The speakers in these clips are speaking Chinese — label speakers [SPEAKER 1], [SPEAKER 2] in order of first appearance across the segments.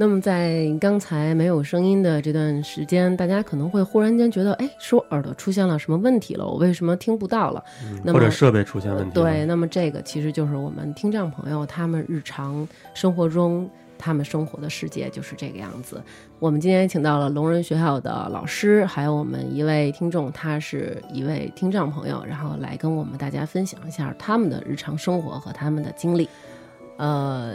[SPEAKER 1] 那么在刚才没有声音的这段时间，大家可能会忽然间觉得，哎，是我耳朵出现了什么问题了？我为什么听不到了？那
[SPEAKER 2] 嗯或
[SPEAKER 1] 么
[SPEAKER 2] 者设备出现问题。
[SPEAKER 1] 对，，那么这个其实就是我们听障朋友他们日常生活中他们生活的世界就是这个样子。我们今天请到了聋人学校的老师，还有我们一位听众，他是一位听障朋友，然后来跟我们大家分享一下他们的日常生活和他们的经历。呃，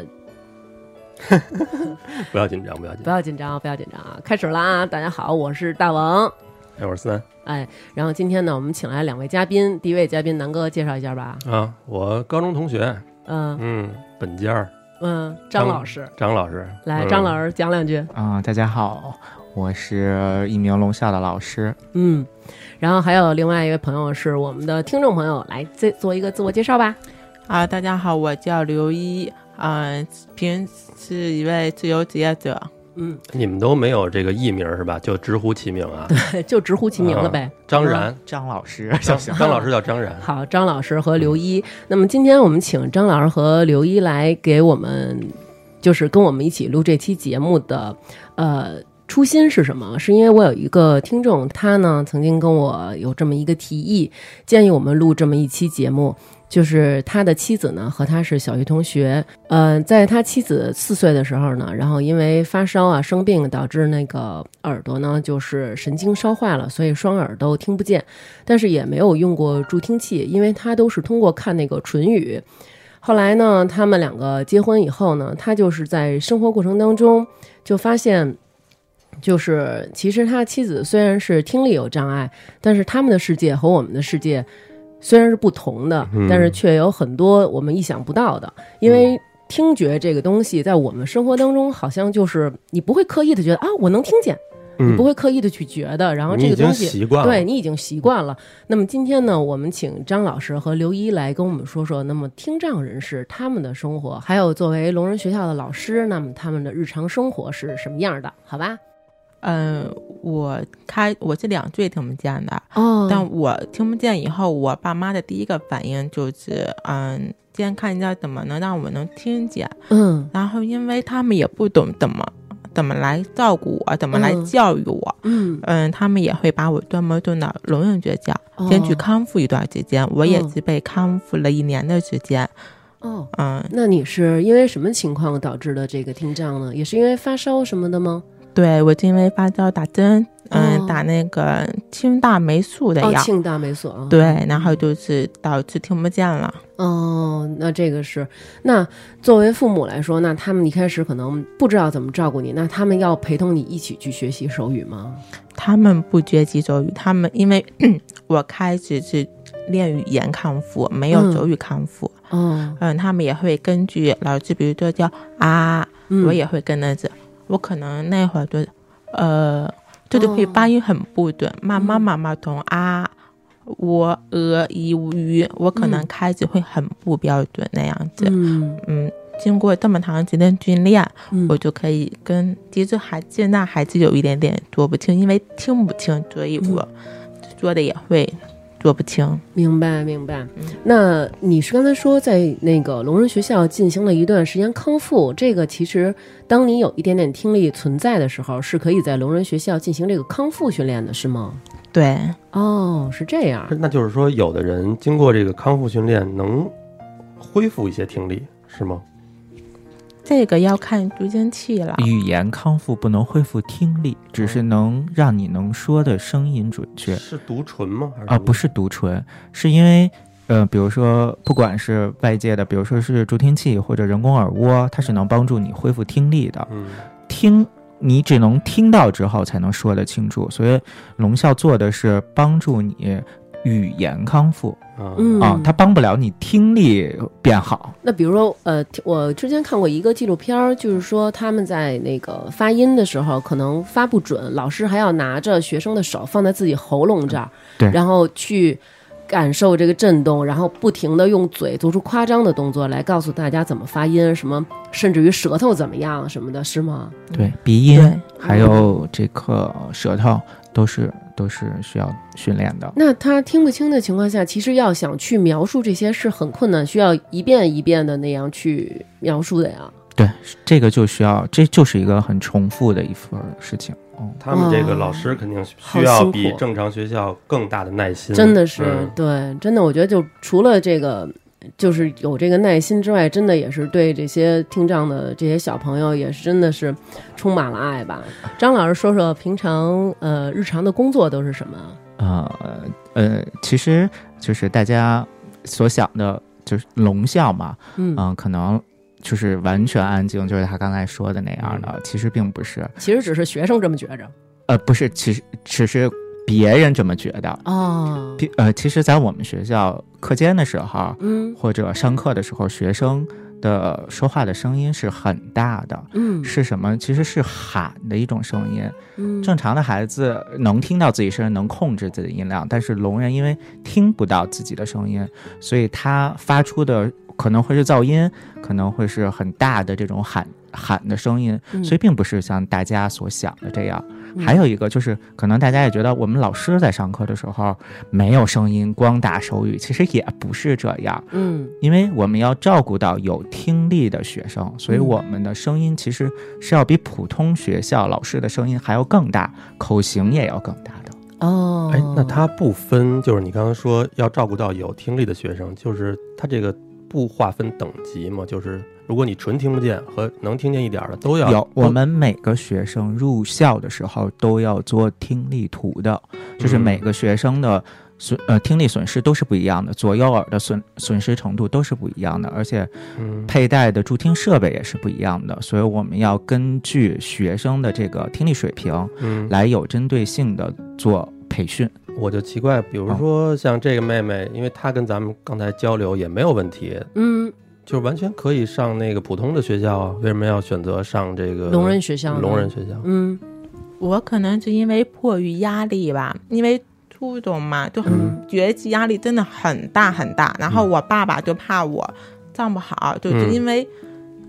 [SPEAKER 2] 不要紧张，不要紧
[SPEAKER 1] 不
[SPEAKER 2] 张。
[SPEAKER 1] 要紧张，不要紧张啊！开始啦！啊！大家好，我是大王。
[SPEAKER 2] 哎，我是三
[SPEAKER 1] 哎，然后今天呢，我们请来两位嘉宾，第一位嘉宾南哥介绍一下吧。
[SPEAKER 2] 啊，我高中同学，
[SPEAKER 1] 嗯
[SPEAKER 2] 嗯，本家儿
[SPEAKER 1] 嗯，
[SPEAKER 2] 张
[SPEAKER 1] 张老师，
[SPEAKER 2] 张老师，
[SPEAKER 1] 来，
[SPEAKER 2] 嗯
[SPEAKER 1] 张老师讲两句。
[SPEAKER 3] 啊、大家好，我是一名聋校的老师。
[SPEAKER 1] 嗯，然后还有另外一位朋友是我们的听众朋友，来再做一个自我介绍吧。
[SPEAKER 4] 啊，大家好，我叫刘一，嗯、平是一位自由职业者。
[SPEAKER 1] 嗯，
[SPEAKER 2] 你们都没有这个艺名是吧？就直呼其名啊，
[SPEAKER 1] 就直呼其名了呗。
[SPEAKER 2] 张然，
[SPEAKER 3] 张老师，
[SPEAKER 2] 张
[SPEAKER 3] 行行，
[SPEAKER 2] 张老师叫张然。
[SPEAKER 1] 好，张老师和刘一。那么今天我们请张老师和刘一来给我们，就是跟我们一起录这期节目的，呃。初心是什么？是因为我有一个听众，他呢曾经跟我有这么一个提议，建议我们录这么一期节目。就是他的妻子呢和他是小学同学，呃，在他妻子四岁的时候呢，然后因为发烧啊生病，导致那个耳朵呢就是神经烧坏了，所以双耳都听不见。但是也没有用过助听器，因为他都是通过看那个唇语。后来呢，他们两个结婚以后呢，他就是在生活过程当中就发现，就是其实他妻子虽然是听力有障碍，但是他们的世界和我们的世界虽然是不同的，但是却有很多我们意想不到的，因
[SPEAKER 2] 嗯
[SPEAKER 1] 为。听觉这个东西，在我们生活当中，好像就是你不会刻意的觉得啊，我能听见，你
[SPEAKER 2] 嗯
[SPEAKER 1] 不，会刻意的去觉得，然后
[SPEAKER 2] 你
[SPEAKER 1] 这
[SPEAKER 2] 已
[SPEAKER 1] 个
[SPEAKER 2] 经
[SPEAKER 1] 东西
[SPEAKER 2] 习惯了。
[SPEAKER 1] 对，你已经习惯了。那么今天呢，我们请张老师和刘一来跟我们说说，那么听障人士他们的生活，还有作为聋人学校的老师，那么他们的日常生活是什么样的？好吧？
[SPEAKER 4] 嗯、我开我是两岁听不见的，
[SPEAKER 1] 哦
[SPEAKER 4] 但我听不见以后，我爸妈的第一个反应就是，嗯、先看一下怎么能让我能听见。
[SPEAKER 1] 嗯
[SPEAKER 4] 然后因为他们也不懂怎么怎么来照顾我，怎么来
[SPEAKER 1] 嗯
[SPEAKER 4] 教育我，
[SPEAKER 1] 嗯，
[SPEAKER 4] 嗯、他们也会把我专门送到聋人学校，
[SPEAKER 1] 哦
[SPEAKER 4] 先去康复一段时间。我也
[SPEAKER 1] 嗯
[SPEAKER 4] 是被康复了一年的时间，
[SPEAKER 1] 哦。
[SPEAKER 4] 嗯、
[SPEAKER 1] 那你是因为什么情况导致的这个听障呢？也是因为发烧什么的吗？
[SPEAKER 4] 对，我是因为发烧打针，嗯、
[SPEAKER 1] 哦
[SPEAKER 4] 打那个清大霉素的
[SPEAKER 1] 哦，
[SPEAKER 4] 药，
[SPEAKER 1] 庆大霉素啊。
[SPEAKER 4] 对，然后就是导致听不见了。
[SPEAKER 1] 哦，那这个是，那作为父母来说，那他们一开始可能不知道怎么照顾你，那他们要陪同你一起去学习手语吗？
[SPEAKER 4] 他们不学习手语，他们因为 我开始是练语言康复，没有
[SPEAKER 1] 嗯
[SPEAKER 4] 手语康复。
[SPEAKER 1] 哦，
[SPEAKER 4] 嗯他们也会根据老师，比如说叫啊，
[SPEAKER 1] 嗯
[SPEAKER 4] 我也会跟着走。我可能那会儿就，呃，就是会
[SPEAKER 1] 哦
[SPEAKER 4] 发音很不准，慢慢
[SPEAKER 1] 嗯
[SPEAKER 4] 慢慢从啊。我呃一无语，我可能
[SPEAKER 1] 嗯
[SPEAKER 4] 开始会很不标准那样子，
[SPEAKER 1] 嗯
[SPEAKER 4] 嗯，经过这么长时间训练，
[SPEAKER 1] 嗯
[SPEAKER 4] 我就可以跟其实还现在还是有一点点说不清，因为听不清，所以我说的也会说不清。
[SPEAKER 1] 明白明白
[SPEAKER 4] 嗯。
[SPEAKER 1] 那你是刚才说在那个聋人学校进行了一段时间康复，这个其实当你有一点点听力存在的时候，是可以在聋人学校进行这个康复训练的，是吗？
[SPEAKER 4] 对，
[SPEAKER 1] 哦，是这样。
[SPEAKER 2] 那就是说，有的人经过这个康复训练，能恢复一些听力，是吗？
[SPEAKER 4] 这个要看助听器了。
[SPEAKER 3] 语言康复不能恢复听力，只是能让你能说的声音准确
[SPEAKER 2] 是读唇吗？还是
[SPEAKER 3] 啊，不
[SPEAKER 2] 是，
[SPEAKER 3] 是读唇，是因为。呃，比如说，不管是外界的，比如说是助听器或者人工耳蜗，它是能帮助你恢复听力的。
[SPEAKER 2] 嗯，
[SPEAKER 3] 听你只能听到之后才能说得清楚，所以聋校做的是帮助你语言康复
[SPEAKER 2] 啊
[SPEAKER 1] 嗯
[SPEAKER 3] 啊，它帮不了你听力变好。
[SPEAKER 1] 那比如说，呃，我之前看过一个纪录片儿，就是说他们在那个发音的时候，可能发不准，老师还要拿着学生的手放在自己喉咙这儿，
[SPEAKER 3] 嗯对
[SPEAKER 1] 然后去感受这个震动，然后不停的用嘴做出夸张的动作来告诉大家怎么发音，什么甚至于舌头怎么样什么的，是吗？
[SPEAKER 3] 对，鼻
[SPEAKER 4] 对，
[SPEAKER 3] 音还有这个舌头都是都是需要训练的。
[SPEAKER 1] 那他听不清的情况下，其实要想去描述这些是很困难，需要一遍一遍的那样去描述的呀。
[SPEAKER 3] 对，这个就需要，这就是一个很重复的一份儿事情。哦，
[SPEAKER 2] 他们这个
[SPEAKER 1] 哇
[SPEAKER 2] 老师肯定
[SPEAKER 1] 啊好
[SPEAKER 2] 需要
[SPEAKER 1] 辛
[SPEAKER 2] 比
[SPEAKER 1] 苦
[SPEAKER 2] 正常学校更大的耐心，
[SPEAKER 1] 真的是、
[SPEAKER 2] 嗯
[SPEAKER 1] 对，真的，我觉得就除了这个，就是有这个耐心之外，真的也是对这些听障的这些小朋友，也是真的是充满了爱吧。张老师说说平常呃日常的工作都是什么？
[SPEAKER 3] 呃呃，其实就是大家所想的，就是聋校嘛，
[SPEAKER 1] 嗯，
[SPEAKER 3] 嗯、可能就是完全安静，就是他刚才说的那样的，其实并不是，
[SPEAKER 1] 其实只是学生这么觉着
[SPEAKER 3] 呃，不是，其实只是别人这么觉得。
[SPEAKER 1] 哦，
[SPEAKER 3] 比呃，其实，在我们学校课间的时候，
[SPEAKER 1] 嗯
[SPEAKER 3] 或者上课的时候，学生的说话的声音是很大的，
[SPEAKER 1] 嗯
[SPEAKER 3] 是什么？其实是喊的一种声音。
[SPEAKER 1] 嗯
[SPEAKER 3] 正常的孩子能听到自己声音，能控制自己的音量，但是聋人因为听不到自己的声音，所以他发出的可能会是噪音，可能会是很大的这种喊喊的声音，
[SPEAKER 1] 嗯
[SPEAKER 3] 所以并不是像大家所想的这样。
[SPEAKER 1] 嗯
[SPEAKER 3] 还有一个就是，可能大家也觉得我们老师在上课的时候没有声音，光打手语，其实也不是这样。
[SPEAKER 1] 嗯
[SPEAKER 3] 因为我们要照顾到有听力的学生，所以
[SPEAKER 1] 嗯
[SPEAKER 3] 我们的声音其实是要比普通学校老师的声音还要更大，口型也要更大的。
[SPEAKER 1] 哦，
[SPEAKER 2] 哎，
[SPEAKER 3] 嗯
[SPEAKER 2] 那他不分，就是你刚刚说要照顾到有听力的学生，就是他这个不划分等级嘛？就是如果你纯听不见和能听见一点儿的都要
[SPEAKER 3] 有，
[SPEAKER 2] 都
[SPEAKER 3] 我们每个学生入校的时候都要做听力图的，就是
[SPEAKER 2] 嗯
[SPEAKER 3] 每个学生的损呃听力损失都是不一样的，左右耳的损损失程度都是不一样的，而且
[SPEAKER 2] 嗯
[SPEAKER 3] 佩戴的助听设备也是不一样的，所以我们要根据学生的这个听力水平
[SPEAKER 2] 嗯，
[SPEAKER 3] 来有针对性的做培训。
[SPEAKER 2] 我就奇怪，比如
[SPEAKER 3] 哦
[SPEAKER 2] 说像这个妹妹，因为她跟咱们刚才交流也没有问题，
[SPEAKER 1] 嗯，
[SPEAKER 2] 就是完全可以上那个普通的学校啊，为什么要选择上这个
[SPEAKER 1] 聋人学校呢，
[SPEAKER 2] 呃聋人学校？
[SPEAKER 1] 嗯
[SPEAKER 4] 我可能是因为迫于压力吧，因为初中嘛，就
[SPEAKER 1] 嗯
[SPEAKER 4] 很觉得压力真的很大很大。然
[SPEAKER 3] 嗯
[SPEAKER 4] 后我爸爸就怕我上不好，就
[SPEAKER 2] 嗯
[SPEAKER 4] 是因为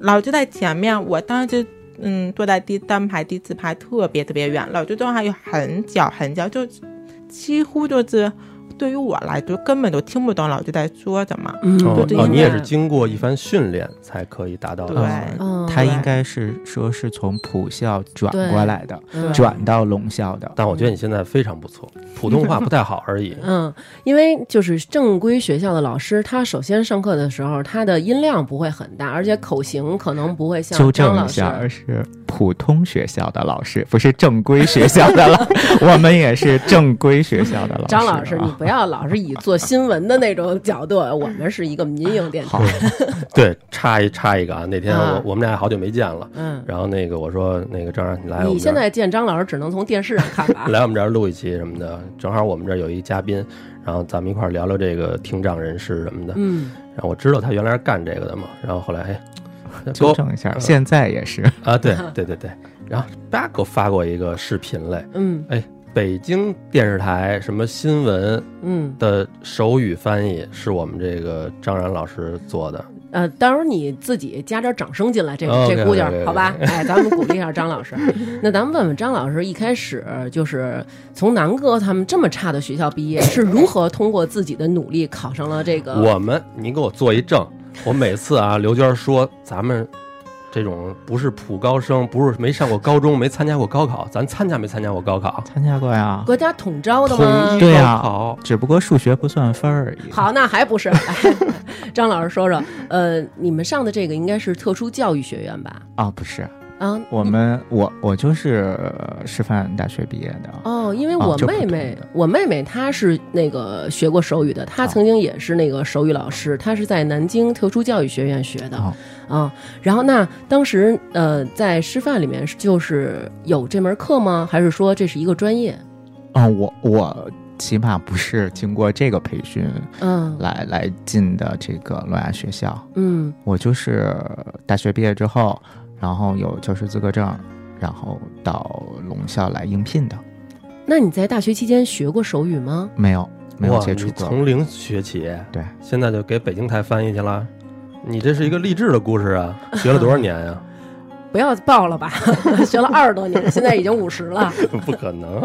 [SPEAKER 4] 老就在前面，我当时就嗯坐在第三排、第四排，特别特别远，老就正还有很小很小，就几乎就是对于我来说根本就听不懂老就在说什么。
[SPEAKER 1] 嗯，
[SPEAKER 2] 哦
[SPEAKER 4] 就对
[SPEAKER 2] 哦，
[SPEAKER 4] 因
[SPEAKER 2] 你
[SPEAKER 4] 为
[SPEAKER 2] 也是经过一番训练才可以达到
[SPEAKER 4] 对
[SPEAKER 2] 的。
[SPEAKER 3] 嗯
[SPEAKER 1] 嗯，
[SPEAKER 3] 他应
[SPEAKER 4] 对
[SPEAKER 3] 该是说是从普校转
[SPEAKER 1] 对
[SPEAKER 3] 过来的，
[SPEAKER 1] 嗯
[SPEAKER 3] 转到龙校的。
[SPEAKER 2] 但我觉得你现在非常不错，普通话不太好而已。
[SPEAKER 1] 嗯，因为就是正规学校的老师，他首先上课的时候，他的音量不会很大，而且口型可能不会像
[SPEAKER 3] 纠
[SPEAKER 1] 张
[SPEAKER 3] 正
[SPEAKER 1] 老
[SPEAKER 3] 一
[SPEAKER 1] 师。
[SPEAKER 3] 下，是普通学校的老师，不是正规学校 的老我们也是正规学校的老师。
[SPEAKER 1] 张老师，你
[SPEAKER 3] 啊，
[SPEAKER 1] 不要老是以做新闻的那种角度，我们是一个民营电台
[SPEAKER 3] 好。
[SPEAKER 2] 对，插一插一个啊，那天
[SPEAKER 1] 啊
[SPEAKER 2] 我我们俩好久没见了，
[SPEAKER 1] 嗯，
[SPEAKER 2] 然后那个我说那个张然你来
[SPEAKER 3] 哎
[SPEAKER 2] 我
[SPEAKER 1] 你
[SPEAKER 2] 们这
[SPEAKER 1] 现
[SPEAKER 2] 儿
[SPEAKER 1] 在见张老师只能从电视上看啊吧？
[SPEAKER 2] 来我们这儿录一期什么的，正好我们这儿有一嘉宾，然后咱们一块儿聊聊这个听障人士什么的。
[SPEAKER 1] 嗯，
[SPEAKER 2] 然后我知道他原来是干这个的嘛，然后后来哎，给
[SPEAKER 3] 纠
[SPEAKER 2] 我
[SPEAKER 3] 正一
[SPEAKER 1] 呃
[SPEAKER 3] 下，现在也是。
[SPEAKER 2] 啊，对对对对，然后叭给我发过一个视频来，
[SPEAKER 1] 嗯
[SPEAKER 2] 北京电视台什么新闻
[SPEAKER 1] 嗯，
[SPEAKER 2] 的手语翻译是我们这个张然老师做的，
[SPEAKER 1] 呃，到时候你自己加点掌声进来，这
[SPEAKER 2] 哦
[SPEAKER 1] 这姑娘
[SPEAKER 2] OK，OK，OK，OK
[SPEAKER 1] 好吧？哎，咱们鼓励一下张老师。那咱们问问张老师，一开始就是从南哥他们这么差的学校毕业，是如何通过自己的努力考上了这个？
[SPEAKER 2] 我们，你给我做一证。我每次啊，刘娟说咱们这种不是普高生，不是没上过高中，没参加过高考，咱参加没参加过高考？
[SPEAKER 3] 参加过呀，
[SPEAKER 1] 国家统招的
[SPEAKER 2] 统
[SPEAKER 1] 吗
[SPEAKER 2] 一？
[SPEAKER 3] 对
[SPEAKER 2] 高
[SPEAKER 3] 啊
[SPEAKER 2] 考。
[SPEAKER 3] 只不过数学不算分儿而已。
[SPEAKER 1] 好，那还不是？哎张老师说说，呃，你们上的这个应该是特殊教育学院吧？
[SPEAKER 3] 啊，不是，
[SPEAKER 1] 啊，
[SPEAKER 3] 我们我我就是呃师范大学毕业的。
[SPEAKER 1] 哦，因为
[SPEAKER 3] 啊
[SPEAKER 1] 我
[SPEAKER 3] 这不
[SPEAKER 1] 妹
[SPEAKER 3] 同
[SPEAKER 1] 妹，
[SPEAKER 3] 的
[SPEAKER 1] 我妹妹她是那个学过手语的，她
[SPEAKER 3] 啊
[SPEAKER 1] 曾经也是那个手语老师，她是在南京特殊教育学院学的
[SPEAKER 3] 哦
[SPEAKER 1] 啊、然后那当时呃，在师范里面是就是有这门课吗？还是说这是一个专业？
[SPEAKER 3] 嗯，我我起码不是经过这个培训
[SPEAKER 1] 嗯
[SPEAKER 3] 来来进的这个聋哑学校。
[SPEAKER 1] 嗯
[SPEAKER 3] 我就是大学毕业之后，然后有教师资格证，然后到龙校来应聘的，
[SPEAKER 1] 那你在大学期间学过手语吗？
[SPEAKER 3] 没有没有
[SPEAKER 2] 哇，
[SPEAKER 3] 接
[SPEAKER 2] 你
[SPEAKER 3] 触过。
[SPEAKER 2] 从零学起，
[SPEAKER 3] 对，
[SPEAKER 2] 现在就给北京台翻译去了。你这是一个励志的故事 啊！学了多少年呀、
[SPEAKER 1] 不要报了吧，学了二十多年，现在已经五十了。
[SPEAKER 2] 不可能，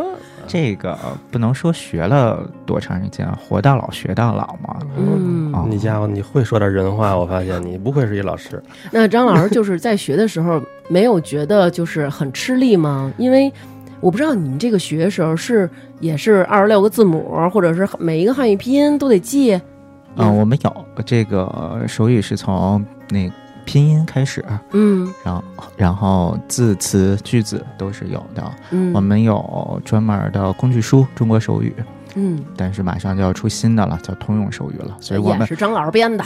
[SPEAKER 3] 这个不能说学了多长时间，活到老学到老嘛。
[SPEAKER 1] 嗯，
[SPEAKER 3] 啊
[SPEAKER 2] 哦你家伙，你会说点人话，我发现你不愧是一老师。
[SPEAKER 1] 那张老师就是在学的时候没有觉得就是很吃力吗？因为我不知道你们这个学的时候是也是二十六个字母，或者是每一个汉语拼音都得记。
[SPEAKER 3] 嗯、我们有这个手语是从那拼音开始，
[SPEAKER 1] 嗯
[SPEAKER 3] 然后然后字词句子都是有的。
[SPEAKER 1] 嗯，
[SPEAKER 3] 我们有专门的工具书《中国手语》，
[SPEAKER 1] 嗯
[SPEAKER 3] 但是马上就要出新的了，叫通用手语了，所以我
[SPEAKER 1] 也
[SPEAKER 3] 们
[SPEAKER 1] 是张老师编的。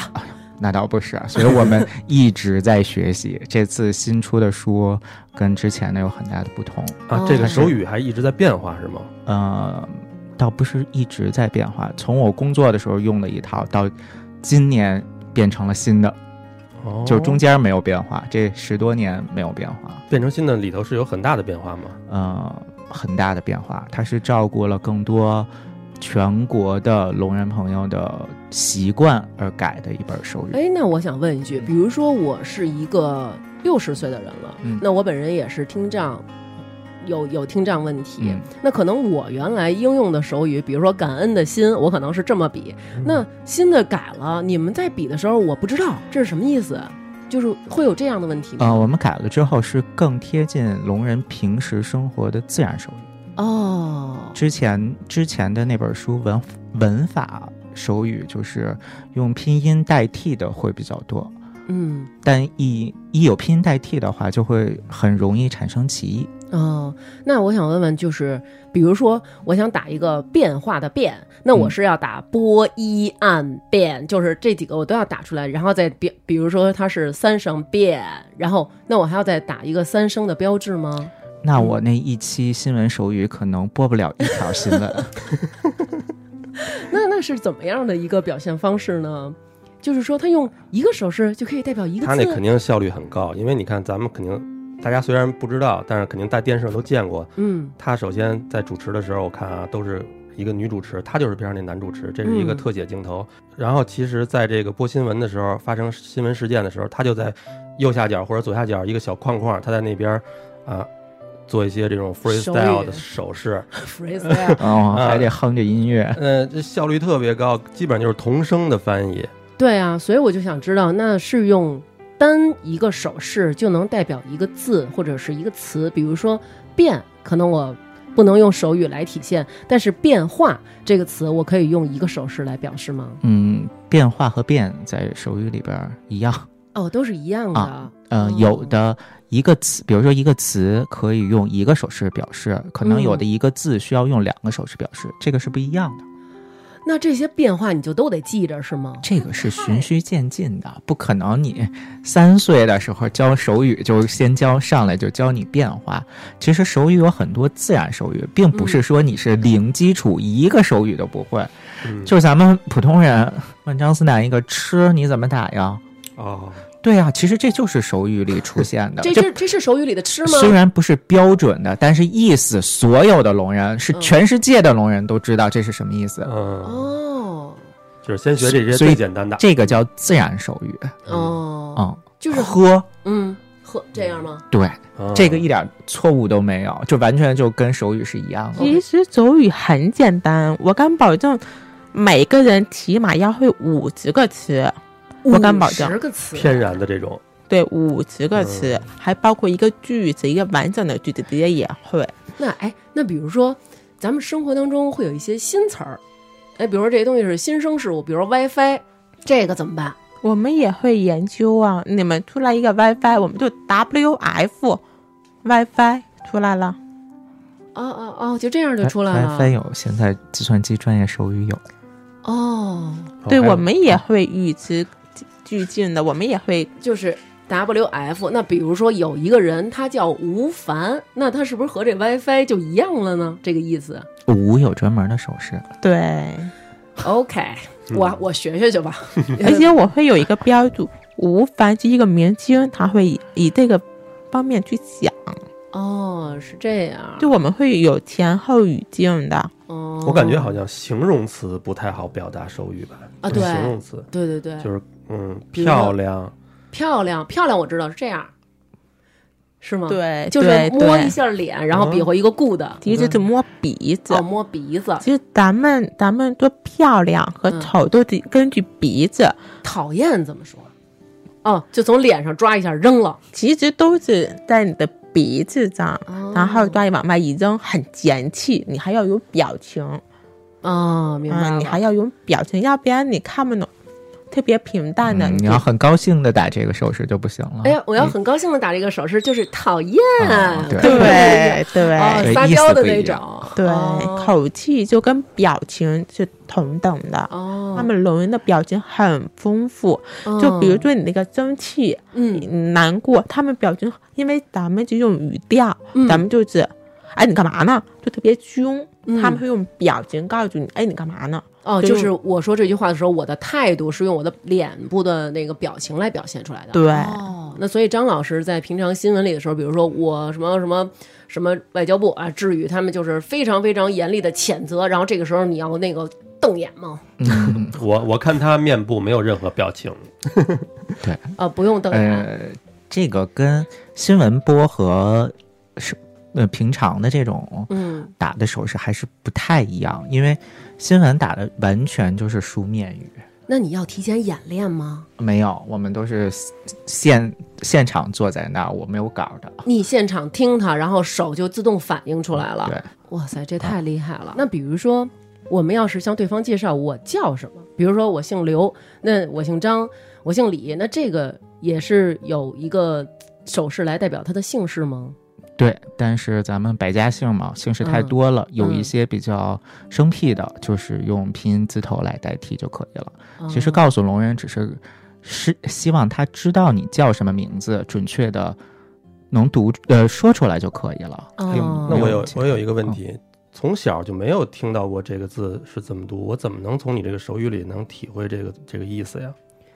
[SPEAKER 3] 那倒不是，啊所以我们一直在学习。这次新出的书跟之前的有很大的不同，
[SPEAKER 2] 啊
[SPEAKER 1] 哦，
[SPEAKER 2] 这个手语还一直在变化是吗？
[SPEAKER 3] 呃，倒不是一直在变化。从我工作的时候用的一套，到今年变成了新的，
[SPEAKER 2] 哦，
[SPEAKER 3] 就中间没有变化，这十多年没有变化，
[SPEAKER 2] 变成新的里头是有很大的变化吗？
[SPEAKER 3] 呃，很大的变化。它是照顾了更多全国的聋人朋友的习惯而改的一本手语。
[SPEAKER 1] 哎，那我想问一句，比如说我是一个六十岁的人了，
[SPEAKER 3] 嗯
[SPEAKER 1] 那我本人也是听障，有有听障问题，
[SPEAKER 3] 嗯
[SPEAKER 1] 那可能我原来应用的手语，比如说感恩的心，我可能是这么比，
[SPEAKER 3] 嗯
[SPEAKER 1] 那新的改了，你们在比的时候我不知道这是什么意思，就是会有这样的问题
[SPEAKER 3] 呃，
[SPEAKER 1] 吗？
[SPEAKER 3] 我们改了之后是更贴近聋人平时生活的自然手语。
[SPEAKER 1] 哦，
[SPEAKER 3] 之前之前的那本书文文法手语就是用拼音代替的会比较多，
[SPEAKER 1] 嗯。
[SPEAKER 3] 但一一有拼音代替的话，就会很容易产生歧义。
[SPEAKER 1] 哦，那我想问问，就是比如说，我想打一个变化的变，那我
[SPEAKER 3] 嗯
[SPEAKER 1] 是要打波一按变，就是这几个我都要打出来，然后再比，比如说它是三声变，然后那我还要再打一个三声的标志吗？
[SPEAKER 3] 那我那一期新闻手语可能播不了一条新闻，
[SPEAKER 1] 那那是怎么样的一个表现方式呢？就是说，他用一个手势就可以代表一个
[SPEAKER 2] 他那
[SPEAKER 1] 字
[SPEAKER 2] 肯，定效率很高，因为你看咱们肯定，大家虽然不知道，但是肯定在电视上都见过。
[SPEAKER 1] 嗯
[SPEAKER 2] 他首先在主持的时候，我看啊，都是一个女主持，他就是边上那男主持，这是一个
[SPEAKER 1] 嗯
[SPEAKER 2] 特写镜头。然后其实在这个播新闻的时候，发生新闻事件的时候，他就在右下角或者左下角一个小框框，他在那边啊、做一些这种 freestyle 的手势，
[SPEAKER 1] ，freestyle，
[SPEAKER 3] 哦，还得哼着音乐。
[SPEAKER 2] 呃，这效率特别高，基本上就是同声的翻译。
[SPEAKER 1] 对啊，所以我就想知道，那是用单一个手势就能代表一个字或者是一个词，比如说“变”，可能我不能用手语来体现，但是“变化”这个词，我可以用一个手势来表示吗？
[SPEAKER 3] 嗯，变化和变在手语里边儿一样。
[SPEAKER 1] 哦，都是一样的。
[SPEAKER 3] 啊呃，
[SPEAKER 1] 哦
[SPEAKER 3] 有的一个词，比如说一个词可以用一个手势表示，可能有的
[SPEAKER 1] 嗯
[SPEAKER 3] 一个字需要用两个手势表示，这个是不一样的。
[SPEAKER 1] 那这些变化你就都得记着是吗？
[SPEAKER 3] 这个是循序渐进的，不可能你三岁的时候教手语就先教上来就教你变化。其实手语有很多自然手语，并不是说你是零基础一个手语都不会。
[SPEAKER 2] 嗯，
[SPEAKER 3] 就咱们普通人问张思南一个吃你怎么打呀？
[SPEAKER 2] 哦，
[SPEAKER 3] 对呀、其实这就是手语里出现的。
[SPEAKER 1] 这这这是手语里的“吃”吗？
[SPEAKER 3] 虽然不是标准的，但是意思所有的聋人是
[SPEAKER 1] 嗯
[SPEAKER 3] 全世界的聋人都知道这是什么意思。
[SPEAKER 2] 嗯，
[SPEAKER 1] 哦
[SPEAKER 2] 就是先学这些
[SPEAKER 3] 所以
[SPEAKER 2] 最简单的。
[SPEAKER 3] 这个叫自然手语，
[SPEAKER 1] 哦，
[SPEAKER 3] 嗯，
[SPEAKER 1] 就是
[SPEAKER 3] 喝，
[SPEAKER 1] 嗯，喝这样吗？
[SPEAKER 3] 对，
[SPEAKER 2] 嗯
[SPEAKER 3] 这个一点错误都没有，就完全就跟手语是一样的。
[SPEAKER 4] 其实手语很简单，我敢保证，每个人起码要会五十个词，我敢保证
[SPEAKER 1] 十个词，
[SPEAKER 2] 天然的这种，
[SPEAKER 4] 对，五十个词，还包括一个句子，一个完整的句子，直接也会。
[SPEAKER 1] 那哎，那比如说，咱们生活当中会有一些新词儿，哎，比如说这些东西是新生事物，比如说 WiFi，这个怎么办？
[SPEAKER 4] 我们也会研究啊，你们出来一个 WiFi，我们就 WF WiFi 出来了。
[SPEAKER 1] 哦哦哦，就这样
[SPEAKER 2] 哎
[SPEAKER 1] 就出来了。
[SPEAKER 3] WiFi 有，现在计算机专业手语有。
[SPEAKER 1] 哦，
[SPEAKER 2] 哦
[SPEAKER 4] 对，
[SPEAKER 2] 还有
[SPEAKER 4] 我们也会与时俱进的，我们也会
[SPEAKER 1] 就是 WF。那比如说有一个人他叫吴凡，那他是不是和这 WiFi 就一样了呢？这个意思。
[SPEAKER 3] 五有专门的手势，
[SPEAKER 4] 对，
[SPEAKER 1] OK，我
[SPEAKER 2] 嗯哎
[SPEAKER 1] 我学学去 吧。
[SPEAKER 4] 而且我会有一个标注，吴凡是一个明星，他会以以这个方面去想，
[SPEAKER 1] 哦，是这样。
[SPEAKER 4] 就我们会有前后语境的。
[SPEAKER 1] 哦，
[SPEAKER 2] 我感觉好像形容词不太好表达手语吧？
[SPEAKER 1] 啊
[SPEAKER 2] 就是
[SPEAKER 1] 对
[SPEAKER 2] 形容词
[SPEAKER 1] 对对对，
[SPEAKER 2] 就是嗯，
[SPEAKER 1] 比如说
[SPEAKER 2] 漂亮，
[SPEAKER 1] 漂亮漂亮，我知道是这样。是吗？，
[SPEAKER 4] 对，
[SPEAKER 1] 嗯就是
[SPEAKER 4] 对
[SPEAKER 1] 摸
[SPEAKER 4] 对
[SPEAKER 1] 一下脸，然后比划一个 good，
[SPEAKER 4] 其实就是摸鼻子
[SPEAKER 1] 哦，。摸鼻子，
[SPEAKER 4] 其实咱们咱们多漂亮和
[SPEAKER 1] 嗯
[SPEAKER 4] 丑都得根据鼻子，
[SPEAKER 1] 讨厌怎么说？哦，就从脸上抓一下扔了，
[SPEAKER 4] 其实都是在你的鼻子上，
[SPEAKER 1] 哦
[SPEAKER 4] 然后抓紧往外一扔，很嫌弃。你还要有表情，
[SPEAKER 1] 哦，明白了，
[SPEAKER 4] 嗯，你还要有表情，要不然你看不懂。特别平淡的，
[SPEAKER 3] 嗯你
[SPEAKER 4] 就
[SPEAKER 3] 要很高兴的打这个手势就不行了。
[SPEAKER 1] 哎呀，我要很高兴的打这个手势，就是讨厌，
[SPEAKER 3] 啊嗯对
[SPEAKER 4] 对对
[SPEAKER 1] 哦，
[SPEAKER 3] 对
[SPEAKER 1] 撒
[SPEAKER 3] 意思
[SPEAKER 1] 娇的
[SPEAKER 3] 不
[SPEAKER 1] 那
[SPEAKER 3] 一
[SPEAKER 1] 种
[SPEAKER 3] 样，
[SPEAKER 4] 对
[SPEAKER 1] 哦，
[SPEAKER 4] 口气就跟表情是同等的。
[SPEAKER 1] 哦，
[SPEAKER 4] 他们聋人的表情很丰富，就比如说你那个生气、
[SPEAKER 1] 嗯，
[SPEAKER 4] 难过，他们表情，因为咱们就用语调，
[SPEAKER 1] 嗯
[SPEAKER 4] 咱们就是，哎，你干嘛呢？就特别凶，
[SPEAKER 1] 嗯
[SPEAKER 4] 他们会用表情告诉你，哎，你干嘛呢？
[SPEAKER 1] 哦，
[SPEAKER 4] 就
[SPEAKER 1] 就是
[SPEAKER 4] 是
[SPEAKER 1] 我说这句话的时候，我的态度是用我的脸部的那个表情来表现出来的。
[SPEAKER 4] 对
[SPEAKER 1] 哦，那所以张老师在平常新闻里的时候，比如说我什么什么什么外交部啊，至于他们就是非常非常严厉的谴责，然后这个时候你要那个瞪眼吗？
[SPEAKER 3] 嗯，
[SPEAKER 2] 我我看他面部没有任何表情，
[SPEAKER 1] 啊，不用瞪眼，
[SPEAKER 3] 呃，这个跟新闻播和是呃平常的这种
[SPEAKER 1] 嗯
[SPEAKER 3] 打的手势还是不太一样，因为新闻打的完全就是书面语，
[SPEAKER 1] 那你要提前演练吗？
[SPEAKER 3] 没有，我们都是现现场坐在那儿，我没有稿的。
[SPEAKER 1] 你现场听他，然后手就自动反应出来了。
[SPEAKER 3] 对，啊
[SPEAKER 1] 哇塞，这太厉害了！那比如说，我们要是向对方介绍我叫什么，比如说我姓刘，那我姓张，我姓李，那这个也是有一个手势来代表他的姓氏吗？
[SPEAKER 3] 对，但是咱们百家姓嘛，姓氏太
[SPEAKER 1] 嗯
[SPEAKER 3] 多了，有一
[SPEAKER 1] 嗯
[SPEAKER 3] 些比较生僻的，就是用拼音字头来代替就可以了。
[SPEAKER 1] 啊
[SPEAKER 3] 其实告诉聋人只是是希望他知道你叫什么名字，准确的能读呃说出来就可以了。
[SPEAKER 1] 哦
[SPEAKER 3] 用
[SPEAKER 2] 那我
[SPEAKER 3] 用
[SPEAKER 2] 有
[SPEAKER 3] 其
[SPEAKER 2] 我有一个问题，从小就没有听到过这个字是怎么读，我怎么能从你这个手语里能体会这个这个意思呀？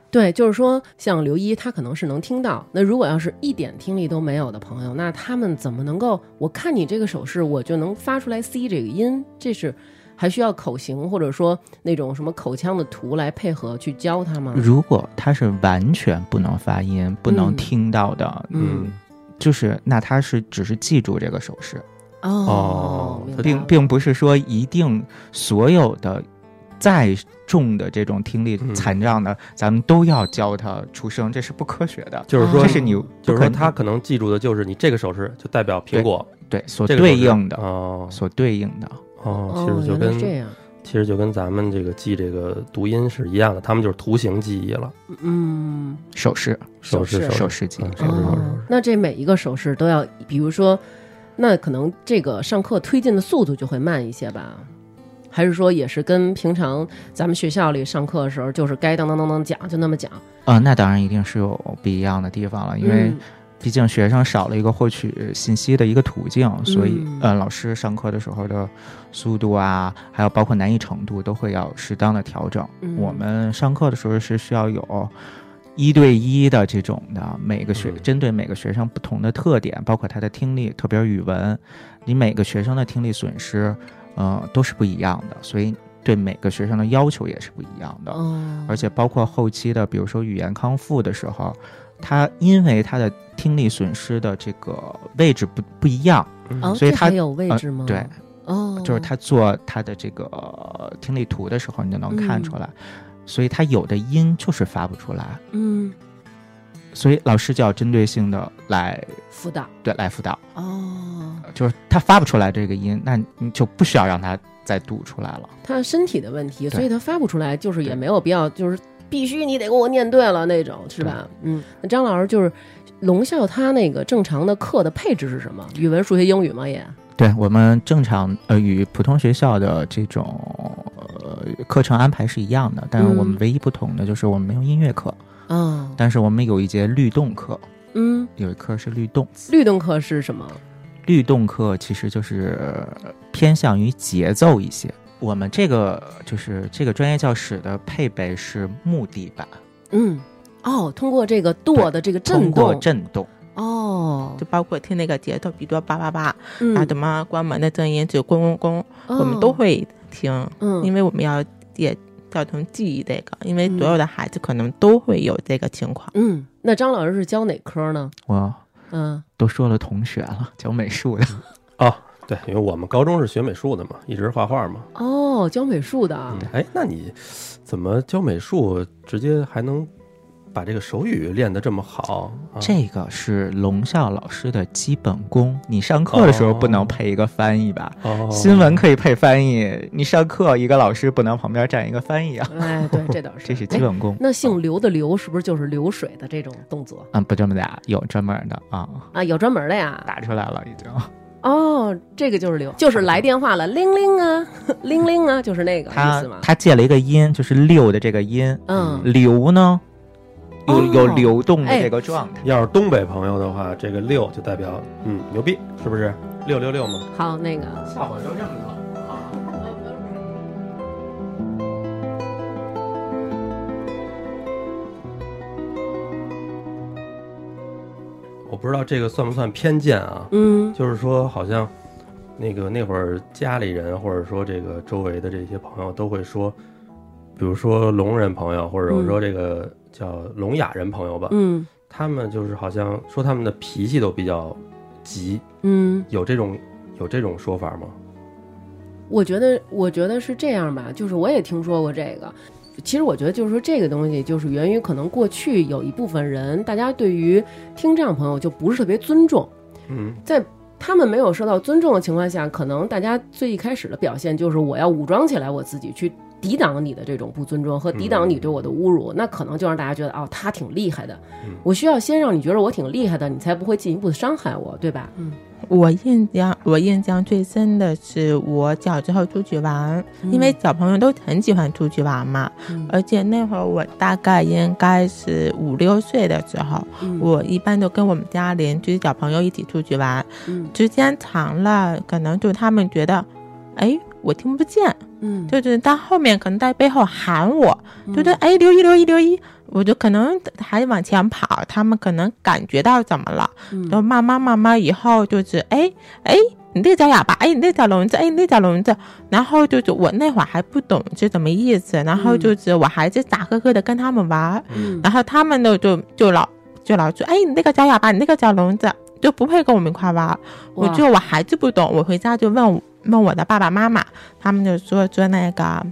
[SPEAKER 1] 对，就是说像刘一，他可能是能听到。那如果要是一点听力都没有的朋友，那他们怎么能够？我看你这个手势，我就能发出来 C 这个音，这是还需要口型或者说那种什么口腔的图来配合去教他
[SPEAKER 2] 嗯
[SPEAKER 1] 吗？
[SPEAKER 3] 如果他是完全不能发音、不能
[SPEAKER 1] 嗯
[SPEAKER 3] 听到的，
[SPEAKER 1] 嗯，
[SPEAKER 3] 就是那他是只是记住这个手势，
[SPEAKER 1] 哦
[SPEAKER 2] 哦，
[SPEAKER 1] 明白
[SPEAKER 2] 他
[SPEAKER 3] 并
[SPEAKER 1] 了
[SPEAKER 3] 并不是说一定所有的再重的这种听力
[SPEAKER 2] 嗯
[SPEAKER 3] 残障的，咱们都要教他出声，这是不科学的。
[SPEAKER 2] 就是说
[SPEAKER 3] 这是你不
[SPEAKER 2] 就是
[SPEAKER 3] 可
[SPEAKER 2] 说
[SPEAKER 3] 能
[SPEAKER 2] 他可能记住的就是你这个手势就代表苹果，
[SPEAKER 3] 对所
[SPEAKER 2] 嗯这个手势
[SPEAKER 3] 对应的、
[SPEAKER 2] 哦
[SPEAKER 3] 所对应的。
[SPEAKER 2] 哦，
[SPEAKER 1] 哦，
[SPEAKER 2] 其实就
[SPEAKER 1] 原来是
[SPEAKER 2] 跟
[SPEAKER 1] 这样，
[SPEAKER 2] 其实就跟咱们这个记这个读音是一样的，他们就是图形记忆了，
[SPEAKER 1] 嗯，
[SPEAKER 3] 手势，
[SPEAKER 2] 手势
[SPEAKER 1] 手
[SPEAKER 2] 势
[SPEAKER 3] 手势记忆
[SPEAKER 2] 嗯手势手势
[SPEAKER 1] 哦，那这每一个手势都要，比如说，那可能这个上课推进的速度就会慢一些吧。还是说，也是跟平常咱们学校里上课的时候，就是该当当当当讲就那么讲，
[SPEAKER 3] 啊，那当然一定是有不一样的地方了，因为
[SPEAKER 1] 嗯
[SPEAKER 3] 毕竟学生少了一个获取信息的一个途径，所以
[SPEAKER 1] 嗯
[SPEAKER 3] 呃，老师上课的时候的速度啊，还有包括难易程度，都会要适当的调整。
[SPEAKER 1] 嗯
[SPEAKER 3] 我们上课的时候是需要有。一对一的这种的，每个学
[SPEAKER 2] 嗯
[SPEAKER 3] 针对每个学生不同的特点，包括他的听力，特别是语文，你每个学生的听力损失，呃，都是不一样的，所以对每个学生的要求也是不一样的。
[SPEAKER 1] 哦，
[SPEAKER 3] 而且包括后期的，比如说语言康复的时候，他因为他的听力损失的这个位置不不一样，
[SPEAKER 2] 嗯
[SPEAKER 1] 哦，
[SPEAKER 3] 所以
[SPEAKER 1] 这
[SPEAKER 3] 他呃
[SPEAKER 1] 还有位置吗？
[SPEAKER 3] 对，
[SPEAKER 1] 哦，
[SPEAKER 3] 就是他做他的这个呃听力图的时候，你就能看出来。所以他有的音就是发不出来，
[SPEAKER 1] 嗯
[SPEAKER 3] 所以老师就要针对性的来
[SPEAKER 1] 辅导
[SPEAKER 3] 对来辅导，
[SPEAKER 1] 哦，
[SPEAKER 3] 就是他发不出来这个音，那你就不需要让他再读出来了。
[SPEAKER 1] 他身体的问题，
[SPEAKER 3] 对
[SPEAKER 1] 所以他发不出来，就是也
[SPEAKER 3] 对
[SPEAKER 1] 没有必要，就是必须你得给我念对了那种，是吧？嗯，那张老师就是龙校，他那个正常的课的配置是什么？语文、数学、英语吗？也
[SPEAKER 3] 对我们正常呃与普通学校的这种呃课程安排是一样的，但
[SPEAKER 1] 嗯
[SPEAKER 3] 我们唯一不同的就是我们没有音乐课，
[SPEAKER 1] 哦，
[SPEAKER 3] 但是我们有一节律动课，
[SPEAKER 1] 嗯，
[SPEAKER 3] 有一课是律动。
[SPEAKER 1] 律动课是什么？
[SPEAKER 3] 律动课其实就是呃偏向于节奏一些。我们这个就是这个专业教室的配备是木地板，
[SPEAKER 1] 嗯，哦，通过这个舵的这个
[SPEAKER 3] 通
[SPEAKER 1] 震
[SPEAKER 3] 过
[SPEAKER 1] 动，
[SPEAKER 3] 震动，
[SPEAKER 1] 哦，
[SPEAKER 4] 就包括听那个节奏，比如说叭叭叭，
[SPEAKER 1] 嗯
[SPEAKER 4] 啊，怎么关门的声音，只有咣咣咣，我们都，会听，
[SPEAKER 1] 哦嗯，
[SPEAKER 4] 因为我们要也教他们记忆这个，因为所有的孩子可能都会有这个情况。
[SPEAKER 1] 嗯，那张老师是教哪科呢？
[SPEAKER 3] 我
[SPEAKER 1] 嗯
[SPEAKER 3] 都说了同学了，教美术的，
[SPEAKER 2] 哦，对，因为我们高中是学美术的嘛，一直画画嘛。
[SPEAKER 1] 哦，教美术的
[SPEAKER 2] 嗯，哎，那你怎么教美术，直接还能把这个手语练得这么好？啊、
[SPEAKER 3] 这个是龙校老师的基本功。你上课的时候不能配一个翻译吧？
[SPEAKER 2] 哦，
[SPEAKER 3] 新闻可以配翻译，你上课一个老师不能旁边站一个翻译啊，
[SPEAKER 1] 哎，对，这倒是，
[SPEAKER 3] 这是基
[SPEAKER 1] 哎
[SPEAKER 3] 本功。
[SPEAKER 1] 那姓刘的刘是不是就是流水的这种动作
[SPEAKER 3] 嗯，不这么打，有专门的啊，
[SPEAKER 1] 啊？有专门的呀。
[SPEAKER 3] 打出来了已经。
[SPEAKER 1] 哦，这个就是刘，就是来电话了，铃铃啊， 铃铃啊，就是那个意
[SPEAKER 3] 他
[SPEAKER 1] 思嘛。
[SPEAKER 3] 他借了一个音，就是六的这个音，
[SPEAKER 1] 嗯，
[SPEAKER 3] 流呢，有有
[SPEAKER 1] 哦
[SPEAKER 3] 流动的
[SPEAKER 1] 哎
[SPEAKER 3] 这个状态。
[SPEAKER 2] 要是东北朋友的话，这个六就代表嗯牛逼，是不是？六六六嘛。
[SPEAKER 1] 好，那个
[SPEAKER 3] 下火车站了。
[SPEAKER 2] 我不知道这个算不算偏见啊？
[SPEAKER 1] 嗯
[SPEAKER 2] 就是说，好像那个那会儿家里人或者说这个周围的这些朋友都会说，比如说聋人朋友，或者我说这个叫聋哑人朋友吧，
[SPEAKER 1] 嗯
[SPEAKER 2] 他们就是好像说他们的脾气都比较急，
[SPEAKER 1] 嗯，
[SPEAKER 2] 有这种有这种说法吗？
[SPEAKER 1] 我觉得，我觉得是这样吧，就是我也听说过这个。其实我觉得，就是说这个东西，就是源于可能过去有一部分人，大家对于听障朋友就不是特别尊重，
[SPEAKER 2] 嗯，
[SPEAKER 1] 在他们没有受到尊重的情况下，可能大家最一开始的表现就是我要武装起来我自己去抵挡你的这种不尊重和抵挡你对我的侮辱，那可能就让大家觉得哦，他挺厉害的，我需要先让你觉得我挺厉害的，你才不会进一步的伤害我，对吧？嗯，
[SPEAKER 4] 我印象我印象最深的是我小时候出去玩，因为小朋友都很喜欢出去玩嘛，
[SPEAKER 1] 嗯
[SPEAKER 4] 而且那会儿我大概应该是五六岁的时候，
[SPEAKER 1] 嗯
[SPEAKER 4] 我一般都跟我们家邻居小朋友一起出去玩，
[SPEAKER 1] 嗯
[SPEAKER 4] 时间长了，可能就他们觉得，哎，我听不见，
[SPEAKER 1] 嗯，
[SPEAKER 4] 就是到后面可能在背后喊我，觉得哎刘一刘一刘一，我就可能还往前跑，他们可能感觉到怎么了，
[SPEAKER 1] 嗯
[SPEAKER 4] 然后慢慢慢慢以后就是哎哎你那叫哑巴，哎你那叫聋子，哎你那叫聋子，然后就是我那会儿还不懂是什么意思，然后就是我还是傻呵呵的跟他们玩儿，
[SPEAKER 1] 嗯
[SPEAKER 4] 然后他们呢就就老就老说哎你那个叫哑巴，你那个叫聋子，就不会跟我们一块玩儿。我
[SPEAKER 1] 哇
[SPEAKER 4] 就我孩子不懂，我回家就问我问我的爸爸妈妈，他们就说说那个，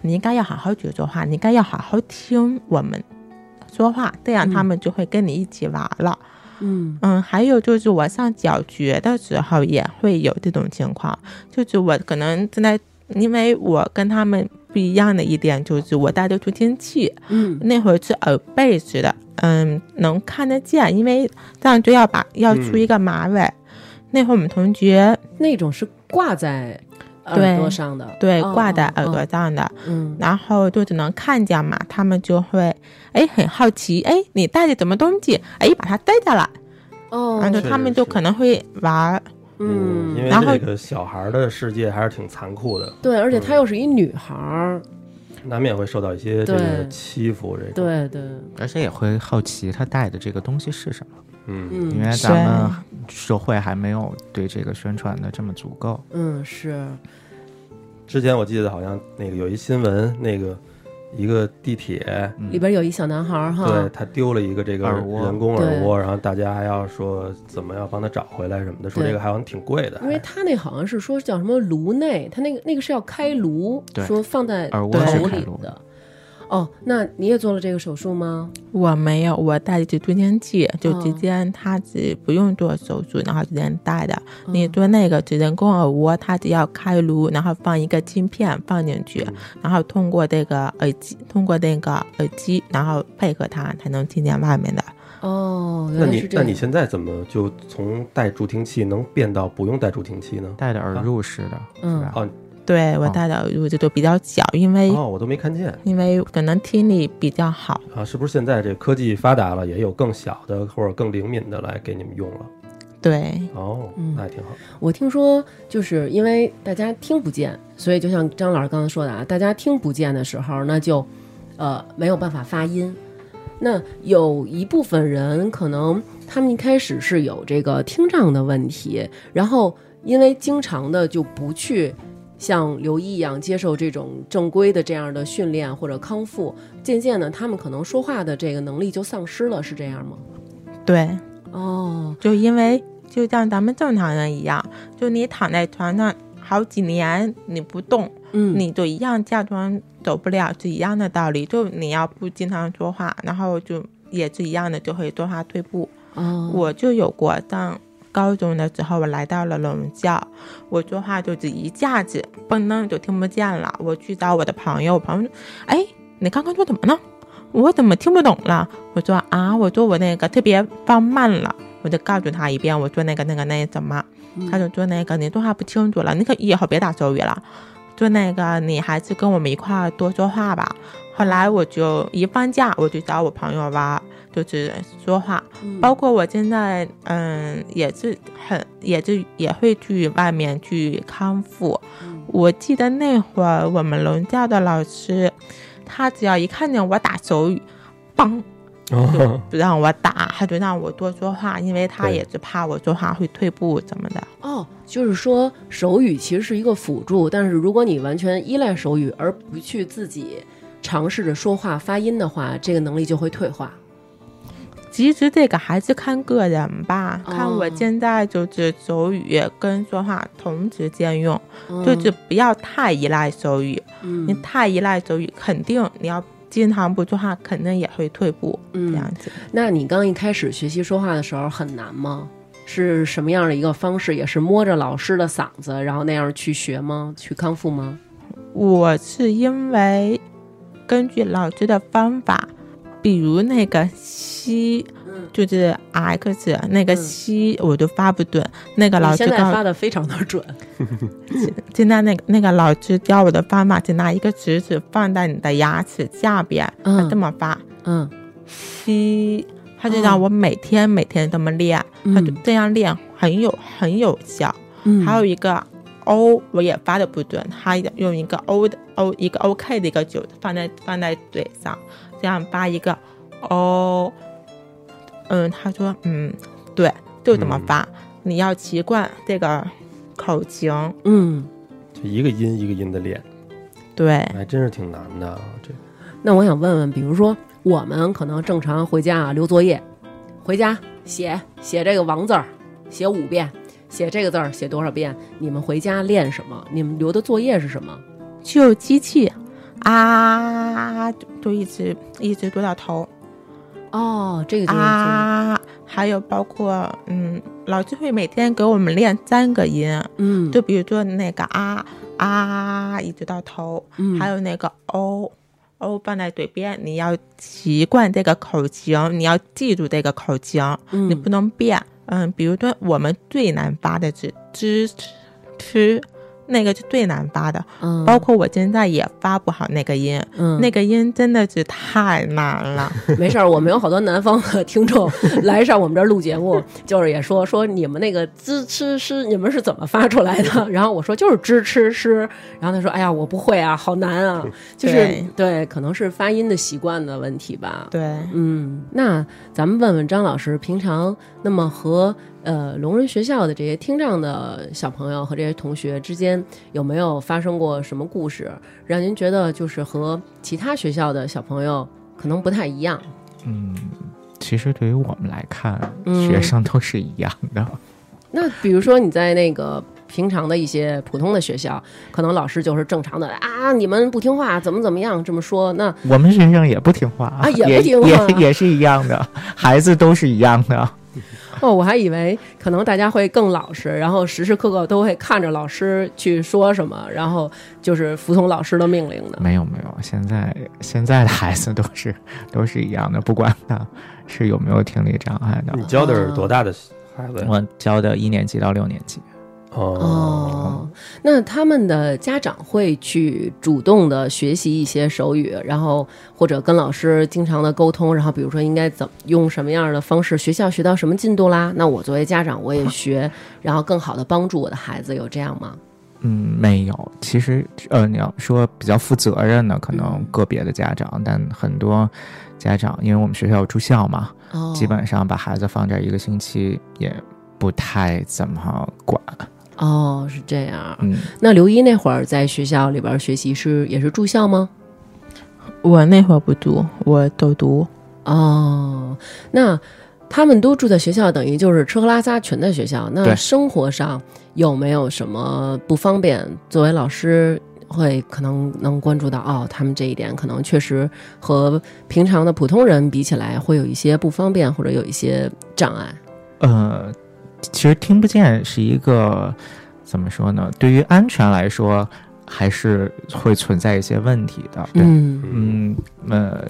[SPEAKER 4] 你应该要好好学说话，你应该要好好听我们说话，这样
[SPEAKER 1] 嗯
[SPEAKER 4] 他们就会跟你一起玩了。
[SPEAKER 1] 嗯。
[SPEAKER 4] 嗯，还有就是我上小学的时候也会有这种情况，就是我可能正在，因为我跟他们不一样的一点就是我带着助听器，
[SPEAKER 1] 嗯
[SPEAKER 4] 那会儿是耳背式的，嗯，能看得见，因为这样就要把要梳
[SPEAKER 2] 嗯
[SPEAKER 4] 一个马尾。那会儿我们同学，
[SPEAKER 1] 那种是挂在耳
[SPEAKER 4] 对
[SPEAKER 1] 朵上的，
[SPEAKER 4] 对，
[SPEAKER 1] 哦
[SPEAKER 4] 挂在耳朵，
[SPEAKER 1] 哦
[SPEAKER 4] 上的，
[SPEAKER 1] 嗯
[SPEAKER 4] 然后就只能看见嘛，他们就会，哎，很好奇，哎，你带着什么东西？哎，把它摘下来，
[SPEAKER 1] 哦，
[SPEAKER 4] 然后
[SPEAKER 2] 是
[SPEAKER 4] 就他们就可能会玩儿，
[SPEAKER 1] 嗯，
[SPEAKER 2] 因为
[SPEAKER 4] 然后
[SPEAKER 2] 这个小孩儿的世界还是挺残酷的，
[SPEAKER 1] 对，而且她又是一女孩儿，
[SPEAKER 2] 难免会受到一些这
[SPEAKER 1] 对
[SPEAKER 2] 个欺负。这个，
[SPEAKER 1] 对对，
[SPEAKER 3] 而且也会好奇他带的这个东西是什么，
[SPEAKER 2] 嗯，
[SPEAKER 3] 因
[SPEAKER 1] 嗯
[SPEAKER 3] 为
[SPEAKER 4] 是
[SPEAKER 3] 咱们社会还没有对这个宣传的这么足够。
[SPEAKER 1] 嗯是，
[SPEAKER 2] 之前我记得好像那个有一新闻，那个一个地铁，
[SPEAKER 1] 里边有一小男孩儿
[SPEAKER 2] 对
[SPEAKER 1] 哈，
[SPEAKER 2] 他丢了一个这个
[SPEAKER 3] 耳蜗
[SPEAKER 2] 人工耳
[SPEAKER 1] 嗯对
[SPEAKER 2] 蜗，然后大家还要说怎么样帮他找回来什么的，说
[SPEAKER 1] 对
[SPEAKER 2] 这个好像挺贵的，
[SPEAKER 1] 因为他那好像是说叫什么颅内，他那个那个是要开颅，
[SPEAKER 3] 对
[SPEAKER 1] 说放在
[SPEAKER 3] 耳蜗
[SPEAKER 4] 是
[SPEAKER 1] 头
[SPEAKER 3] 开
[SPEAKER 1] 里
[SPEAKER 3] 颅
[SPEAKER 1] 的。哦，那你也做了这个手术吗？
[SPEAKER 4] 我没有，我带的是助听器，就
[SPEAKER 1] 哦
[SPEAKER 4] 直接它是不用做手术，然后直接带的。
[SPEAKER 1] 嗯
[SPEAKER 4] 你做那个是人工耳蜗，它只要开颅，然后放一个晶片放进去，然后通过这个耳机，通过那个耳机，然后配合它才能听见外面的。
[SPEAKER 1] 哦，
[SPEAKER 2] 那
[SPEAKER 1] 原来
[SPEAKER 2] 你
[SPEAKER 1] 是这
[SPEAKER 2] 那
[SPEAKER 1] 样
[SPEAKER 2] 你。现在怎么就从带助听器能变到不用带助听器呢？
[SPEAKER 3] 戴的耳入式的，
[SPEAKER 1] 嗯
[SPEAKER 3] 是吧？
[SPEAKER 2] 哦
[SPEAKER 4] 对我
[SPEAKER 3] 哦
[SPEAKER 4] 戴的耳入就就比较小，因
[SPEAKER 1] 哎
[SPEAKER 4] 为、
[SPEAKER 2] 哦，我都没看见
[SPEAKER 4] 因为可能听力比较好。
[SPEAKER 2] 啊，是不是现在这科技发达了，也有更小的或者更灵敏的来给你们用了？
[SPEAKER 4] 对，
[SPEAKER 2] 哦，
[SPEAKER 1] 嗯
[SPEAKER 2] 那也挺好。
[SPEAKER 1] 我听说，就是因为大家听不见，所以就像张老师刚才说的啊，大家听不见的时候，那就，呃，没有办法发音。那有一部分人可能呃他们一开始是有这个听障的问题，然后因为经常的就不去像刘一一样接受这种正规的这样的训练或者康复，渐渐的他们可能说话的这个能力就丧失了，是这样吗？
[SPEAKER 4] 对，
[SPEAKER 1] 哦，
[SPEAKER 4] 就因为就像咱们正常人一样，就你躺在床上好几年你不动，
[SPEAKER 1] 嗯，
[SPEAKER 4] 你就一样假装走不了，是一样的道理。就你要不经常说话，然后就也是一样的，就会多发退步。
[SPEAKER 1] 哦，
[SPEAKER 4] 我就有过，上高中的时候，我来到了聋教，我说话就是一下子嘣噔就听不见了。我去找我的朋友，我朋友说：“哎，你刚刚说什么呢？我怎么听不懂了？”我说：“啊，我说我那个特别放慢了。”我就告诉他一遍，我说那个那个那什么，他就说那个你说话不清楚了，你可以后别打手语了。说那个你还是跟我们一块儿多说话吧。后来我就一放假，我就找我朋友玩儿，就是说话。
[SPEAKER 1] 嗯
[SPEAKER 4] 包括我现在，嗯，也是很，也是也会去外面去康复。
[SPEAKER 1] 嗯
[SPEAKER 4] 我记得那会儿我们聋教的老师，他只要一看见我打手语，梆
[SPEAKER 2] 哦，
[SPEAKER 4] 不让我打，他就让我多说话，因为他
[SPEAKER 2] 对
[SPEAKER 4] 也是怕我说话会退步什么的。
[SPEAKER 1] 哦，就是说手语其实是一个辅助，但是如果你完全依赖手语而不去自己尝试着说话发音的话，这个能力就会退化。
[SPEAKER 4] 其实这个还是看个人吧，
[SPEAKER 1] 哦
[SPEAKER 4] 看我现在就是手语跟说话同时兼用，
[SPEAKER 1] 嗯、
[SPEAKER 4] 就是不要太依赖手语。你
[SPEAKER 1] 嗯，
[SPEAKER 4] 太依赖手语，肯定你要经常不说话，肯定也会退步。
[SPEAKER 1] 嗯
[SPEAKER 4] 这样子，
[SPEAKER 1] 那你刚一开始学习说话的时候很难吗？是什么样的一个方式？也是摸着老师的嗓子，然后那样去学吗？去康复吗？
[SPEAKER 4] 我是因为根据老师的方法，比如那个吸，
[SPEAKER 1] 嗯，
[SPEAKER 4] 就是 X 那个
[SPEAKER 1] 嗯
[SPEAKER 4] 吸，我就发不准。那个老
[SPEAKER 1] 你
[SPEAKER 4] 师
[SPEAKER 1] 现在
[SPEAKER 4] 告
[SPEAKER 1] 发的非常的 准。
[SPEAKER 4] 现在那个那个老师教我的方法是拿一个食指放在你的牙齿下边，
[SPEAKER 1] 嗯
[SPEAKER 4] 哎这么发
[SPEAKER 1] 嗯
[SPEAKER 4] 吸。他就
[SPEAKER 1] 哦
[SPEAKER 4] 让我每天每天这么练，他就
[SPEAKER 1] 嗯
[SPEAKER 4] 这样练很有很有效。
[SPEAKER 1] 嗯，
[SPEAKER 4] 还有一个 O，我也发的不准，他用一个 O 的 O 一个 OK 的一个九放在放在嘴上，这样发一个 O。嗯，他说嗯，对，就这么发。你要习惯这个口型，
[SPEAKER 1] 嗯，
[SPEAKER 2] 就一个音一个音的练，
[SPEAKER 4] 对，
[SPEAKER 2] 还真是挺难的。这
[SPEAKER 1] 那我想问问，比如说我们可能正常回家啊留作业，回家写写这个王字儿，写五遍，写这个字儿写多少遍？你们回家练什么？你们留的作业是什么？
[SPEAKER 4] 就机器啊，就就一直一直读到头
[SPEAKER 1] 哦，这个就是作业、
[SPEAKER 4] 啊，还有包括嗯，老师会每天给我们练三个音，
[SPEAKER 1] 嗯，
[SPEAKER 4] 就比如说那个啊啊，一直到头，
[SPEAKER 1] 嗯，
[SPEAKER 4] 还有那个哦哦放在嘴边，你要习惯这个口型，你要记住这个口型，
[SPEAKER 1] 嗯
[SPEAKER 4] 你不能变。嗯，比如说我们最难发的是支吃，那个是最难发的，
[SPEAKER 1] 嗯
[SPEAKER 4] 包括我现在也发不好那个音。
[SPEAKER 1] 嗯，
[SPEAKER 4] 那个音真的是太难 了，
[SPEAKER 1] 没事儿，我们有好多南方的听众 来上我们这儿录节目，就是也说说你们那个吱吱诗，你们是怎么发出来的？ 然后我说就是吱吱诗，然后他说哎呀我不会啊，好难啊，就是
[SPEAKER 4] 对
[SPEAKER 1] 对，可能是发音的习惯的问题吧。
[SPEAKER 4] 对，
[SPEAKER 1] 嗯，那咱们问问张老师，平常那么和呃聋人学校的这些听障的小朋友和这些同学之间，有没有发生过什么故事，让您觉得就是和其他学校的小朋友可能不太一样？
[SPEAKER 3] 嗯，其实对于我们来看，
[SPEAKER 1] 嗯
[SPEAKER 3] 学生都是一样的。
[SPEAKER 1] 那比如说你在那个平常的一些普通的学校，可能老师就是正常的啊，你们不听话，怎么怎么样这么说？那
[SPEAKER 3] 我们学生也不听话
[SPEAKER 1] 啊也不听话
[SPEAKER 3] 也也是一样的， 孩子都是一样的。
[SPEAKER 1] 哦，我还以为可能大家会更老实，然后时时刻刻都会看着老师去说什么，然后就是服从老师的命令呢。
[SPEAKER 3] 没有没有，现在现在的孩子都是 都是一样的，不管他是有没有听力障碍的
[SPEAKER 2] 你。教的是多大的孩子呀？
[SPEAKER 3] 我教的一年级到六年级，
[SPEAKER 1] 哦，那他们的家长会去主动的学习一些手语，然后或者跟老师经常的沟通，然后比如说应该怎么用什么样的方式，学校学到什么进度啦？那我作为家长我也学，然后更好的帮助我的孩子，有这样吗？
[SPEAKER 3] 嗯，没有。其实，呃，你要说比较负责任的，可能
[SPEAKER 1] 嗯
[SPEAKER 3] 个别的家长，但很多家长，因为我们学校有住校嘛，
[SPEAKER 1] 哦，
[SPEAKER 3] 基本上把孩子放这儿一个星期也不太怎么管。
[SPEAKER 1] 哦是这样。
[SPEAKER 3] 嗯，
[SPEAKER 1] 那刘一那会儿在学校里边学习是也是住校吗？
[SPEAKER 4] 我那会儿不读，我走读，
[SPEAKER 1] 哦，那他们都住在学校，等于就是吃喝拉撒全在学校。那
[SPEAKER 3] 对
[SPEAKER 1] 生活上有没有什么不方便？作为老师会可能能关注到哦，他们这一点可能确实和平常的普通人比起来，会有一些不方便或者有一些障碍。
[SPEAKER 3] 呃，其实听不见是一个怎么说呢？对于安全来说，还是会存在一些问题的。对，
[SPEAKER 1] 嗯
[SPEAKER 3] 嗯，呃，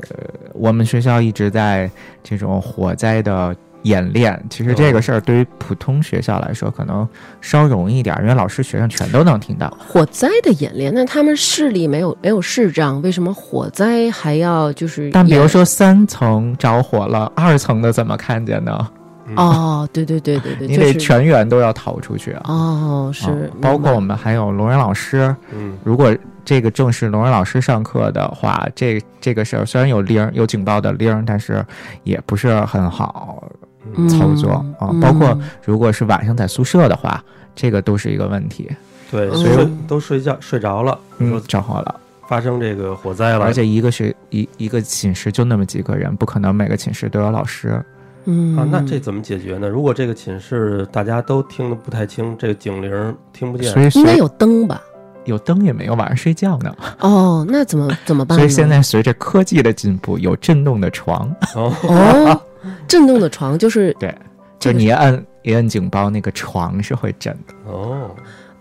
[SPEAKER 3] 我们学校一直在这种火灾的演练。其实这个事儿对于普通学校来说，可能稍容易一点，因为老师、学生全都能听到。
[SPEAKER 1] 火灾的演练，那他们视力没有没有视障，为什么火灾还要就是？
[SPEAKER 3] 但比如。说三层着火了，二层的怎么看见呢？
[SPEAKER 2] 嗯，
[SPEAKER 1] 哦，对对对对对，
[SPEAKER 3] 你
[SPEAKER 1] 就
[SPEAKER 3] 得
[SPEAKER 1] 是
[SPEAKER 3] 全员都要逃出去啊！
[SPEAKER 1] 哦，是、
[SPEAKER 3] 啊包括我们还有聋人老师，
[SPEAKER 2] 嗯，
[SPEAKER 3] 如果这个正是聋人老师上课的话，这这个事儿虽然有铃儿有警报的铃儿，但是也不是很好。
[SPEAKER 1] 明白
[SPEAKER 3] 操作
[SPEAKER 1] 嗯
[SPEAKER 3] 啊
[SPEAKER 1] 嗯
[SPEAKER 3] 包括如果是晚上在宿舍的话，这个都是一个问题。
[SPEAKER 2] 对，
[SPEAKER 1] 嗯
[SPEAKER 2] 睡都睡觉睡着了，
[SPEAKER 3] 嗯
[SPEAKER 2] 说，
[SPEAKER 3] 着火了，
[SPEAKER 2] 发生这个火灾了，
[SPEAKER 3] 而且一个学一一个寝室就那么几个人，不可能每个寝室都有老师。
[SPEAKER 1] 嗯
[SPEAKER 2] 啊，那这怎么解决呢？如果这个寝室大家都听得不太清，这个警铃儿听不见
[SPEAKER 3] 所，以
[SPEAKER 1] 应该
[SPEAKER 3] 随
[SPEAKER 1] 有灯吧？
[SPEAKER 3] 有灯也没有，晚上睡觉呢。
[SPEAKER 1] 哦，那怎么怎么办
[SPEAKER 3] 所
[SPEAKER 1] 呢？
[SPEAKER 3] 以现在随着科技的进步，有震动的床，
[SPEAKER 2] 哦，
[SPEAKER 1] 哦，震动的床就是
[SPEAKER 3] 对，
[SPEAKER 1] 这
[SPEAKER 3] 就
[SPEAKER 1] 个
[SPEAKER 3] 你一按一按警报，那个床是会震的。
[SPEAKER 2] 哦，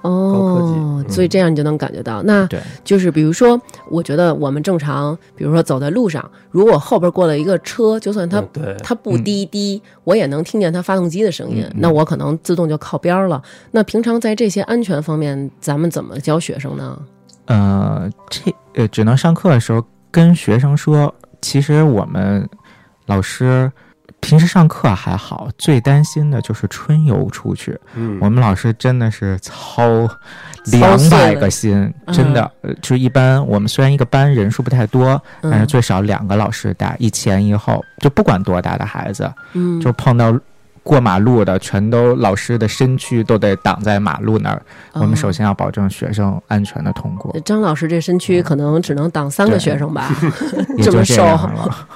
[SPEAKER 1] 哦
[SPEAKER 2] 高科，
[SPEAKER 3] 嗯
[SPEAKER 2] 技
[SPEAKER 1] 所以这样你就能感觉到。那
[SPEAKER 3] 对，
[SPEAKER 1] 就是比如说，我觉得我们正常，比如说走在路上，如果后边过了一个车，就算它
[SPEAKER 2] 嗯对，
[SPEAKER 1] 它不
[SPEAKER 3] 嗯
[SPEAKER 1] 滴滴，我也能听见它发动机的声音
[SPEAKER 3] 嗯，嗯
[SPEAKER 1] 那我可能自动就靠边儿了。那平常在这些安全方面，咱们怎么教学生呢？
[SPEAKER 3] 呃，这呃，只能上课的时候跟学生说，其实我们老师平时上课还好，最担心的就是春游出去。
[SPEAKER 2] 嗯，
[SPEAKER 3] 我们老师真的是操
[SPEAKER 1] 操
[SPEAKER 3] 两
[SPEAKER 1] 碎了
[SPEAKER 3] 百个心，
[SPEAKER 1] 嗯
[SPEAKER 3] 真的，呃就是一般我们虽然一个班人数不太多，但是
[SPEAKER 1] 嗯
[SPEAKER 3] 最少两个老师带，一前一后，就不管多大的孩子，
[SPEAKER 1] 嗯，
[SPEAKER 3] 就碰到。过马路的全都老师的身躯都得挡在马路那儿，我们首
[SPEAKER 1] 哦
[SPEAKER 3] 先要保证学生安全的通过。
[SPEAKER 1] 嗯张老师这身躯可能只能挡三个
[SPEAKER 3] 嗯对
[SPEAKER 1] 学生吧。
[SPEAKER 3] 也
[SPEAKER 1] 这
[SPEAKER 3] 就
[SPEAKER 1] 么
[SPEAKER 3] 这
[SPEAKER 1] 瘦
[SPEAKER 3] 样了。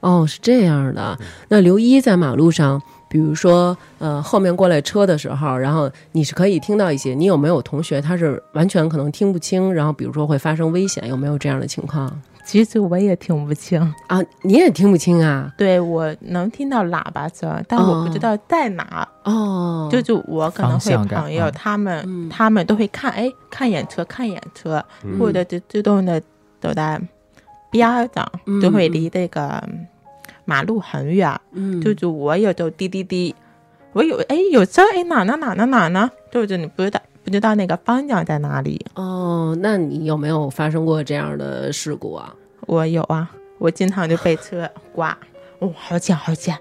[SPEAKER 1] 哦，是这样的。
[SPEAKER 4] 嗯
[SPEAKER 1] 那刘一在马路上，比如说呃后面过来车的时候，然后你是可以听到一些。你有没有同学他是完全可能听不清，然后比如说会发生危险，有没有这样的情况
[SPEAKER 4] 其实我也听不清，
[SPEAKER 1] 啊？你也听不清啊？
[SPEAKER 4] 对我能听到喇叭声，但我不知道在哪。
[SPEAKER 1] 哦，
[SPEAKER 4] 就就我可能
[SPEAKER 3] 方
[SPEAKER 4] 会
[SPEAKER 3] 向感
[SPEAKER 4] 朋友
[SPEAKER 3] 嗯
[SPEAKER 4] 他们、
[SPEAKER 1] 嗯
[SPEAKER 4] 他们都会看，哎，看眼车，看眼车，
[SPEAKER 2] 嗯
[SPEAKER 4] 或者就自动的走在边上，
[SPEAKER 1] 嗯
[SPEAKER 4] 就会离这个马路很远。
[SPEAKER 1] 嗯，
[SPEAKER 4] 就是我有时候滴滴滴，我有哎有车哎哪呢哪呢哪呢，就是你不知道不知道那个方向在哪里。
[SPEAKER 1] 哦，那你有没有发生过这样的事故啊？
[SPEAKER 4] 我有啊，我经常就被车 刮，哦，好险好险，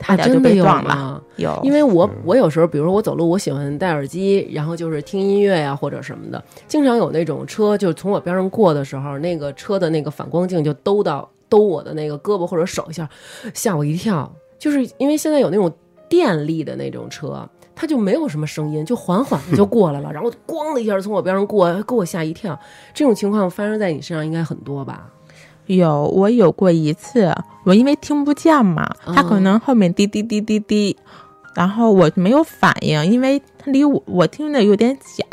[SPEAKER 4] 差
[SPEAKER 1] 啊，
[SPEAKER 4] 点就
[SPEAKER 1] 真的
[SPEAKER 4] 被
[SPEAKER 1] 有
[SPEAKER 4] 撞了。
[SPEAKER 1] 吗？
[SPEAKER 4] 有，
[SPEAKER 1] 因为我我有时候，比如说我走路，我喜欢戴耳机，然后就是听音乐呀、或者什么的。经常有那种车，就是从我边上过的时候，那个车的那个反光镜就兜到兜我的那个胳膊或者手一下，吓我一跳。就是因为现在有那种电力的那种车，它就没有什么声音，就缓缓 的就过来了，然后咣的一下从我边上过，给我吓一跳。这种情况发生在你身上应该很多吧？
[SPEAKER 4] 有，我有过一次，我因为听不见嘛，他可
[SPEAKER 1] 嗯
[SPEAKER 4] 能后面滴滴滴滴滴，然后我没有反应，因为他离我我听的有点小。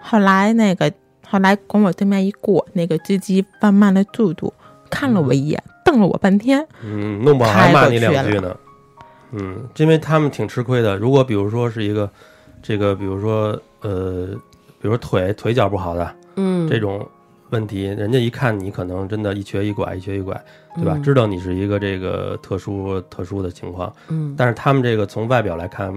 [SPEAKER 4] 后来那个后来跟我对面一过，那个司机放慢了速度，看了我一眼，瞪了我半天。
[SPEAKER 2] 嗯，弄不好还骂你两句呢。嗯，因为他们挺吃亏的。如果比如说是一个这个，比如说呃，比如说腿腿脚不好的
[SPEAKER 1] 嗯，
[SPEAKER 2] 这种问题，人家一看你可能真的一瘸一拐，一瘸一拐，对吧？
[SPEAKER 1] 嗯
[SPEAKER 2] 知道你是一个这个特殊特殊的情况，
[SPEAKER 1] 嗯
[SPEAKER 2] 但是他们这个从外表来看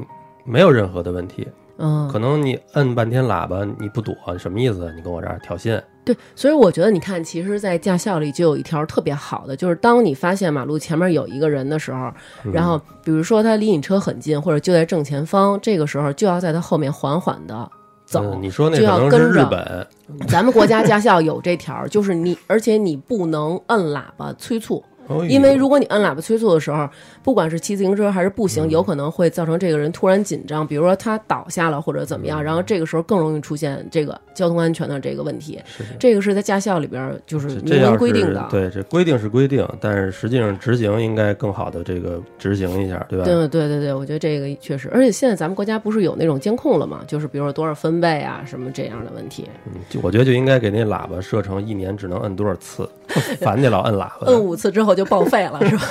[SPEAKER 2] 没有任何的问题，
[SPEAKER 1] 嗯，
[SPEAKER 2] 可能你摁半天喇叭你不躲，什么意思？你跟我这儿挑衅？
[SPEAKER 1] 对，所以我觉得你看，其实，在驾校里就有一条特别好的，就是当你发现马路前面有一个人的时候，
[SPEAKER 2] 嗯
[SPEAKER 1] 然后比如说他离你车很近，或者就在正前方，这个时候就要在他后面缓缓的走
[SPEAKER 2] 嗯。你说那
[SPEAKER 1] 就要
[SPEAKER 2] 可
[SPEAKER 1] 跟
[SPEAKER 2] 能是
[SPEAKER 1] 着
[SPEAKER 2] 日本，
[SPEAKER 1] 咱们国家驾校有这条，就是你，而且你不能摁喇叭催促，
[SPEAKER 2] 哦
[SPEAKER 1] 因为如果你按喇叭催促的时候，不管是骑自行车还是步
[SPEAKER 2] 嗯
[SPEAKER 1] 行，有可能会造成这个人突然紧张，比如说他倒下了或者怎么
[SPEAKER 2] 嗯
[SPEAKER 1] 样，然后这个时候更容易出现这个交通安全的这个问题。
[SPEAKER 2] 是的
[SPEAKER 1] 这个是在驾校里边就是
[SPEAKER 2] 这
[SPEAKER 1] 明
[SPEAKER 2] 这要
[SPEAKER 1] 文
[SPEAKER 2] 是
[SPEAKER 1] 嗯规定的，
[SPEAKER 2] 对，这规定是规定，但是实际上执行应该更好的这个执行一下，对吧？
[SPEAKER 1] 对对对对，我觉得这个确实，而且现在咱们国家不是有那种监控了嘛，就是比如说多少分贝啊，什么这样的问题，
[SPEAKER 2] 嗯，就我觉得就应该给那喇叭设成一年只能摁多少次， 烦你老摁喇叭
[SPEAKER 1] 摁
[SPEAKER 2] 的，
[SPEAKER 1] 五次之后就报废了，是吧？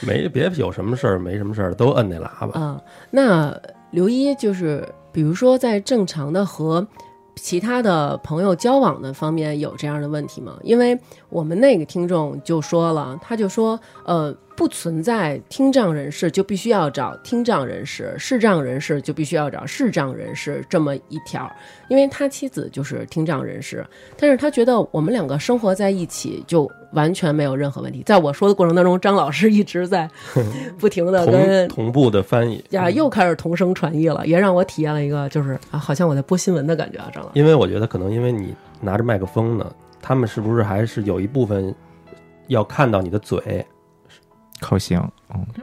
[SPEAKER 2] 没别有什么事儿，没什么事儿都摁那喇叭。
[SPEAKER 1] 啊、那刘一就是，比如说在正常的和其他的朋友交往的方面有这样的问题吗？因为我们那个听众就说了，他就说，呃，不存在听障人士就必须要找听障人士，视障人士就必须要找视障人士这么一条，因为他妻子就是听障人士，但是他觉得我们两个生活在一起就。完全没有任何问题。在我说的过程当中，张老师一直在 不停的跟
[SPEAKER 2] 同同步的翻译，
[SPEAKER 1] 嗯呀，啊又开始同声传译了，也让我体验了一个就是啊，好像我在播新闻的感觉啊，张老师。
[SPEAKER 2] 因为我觉得可能因为你拿着麦克风呢，他们是不是还是有一部分要看到你的嘴
[SPEAKER 3] 口型，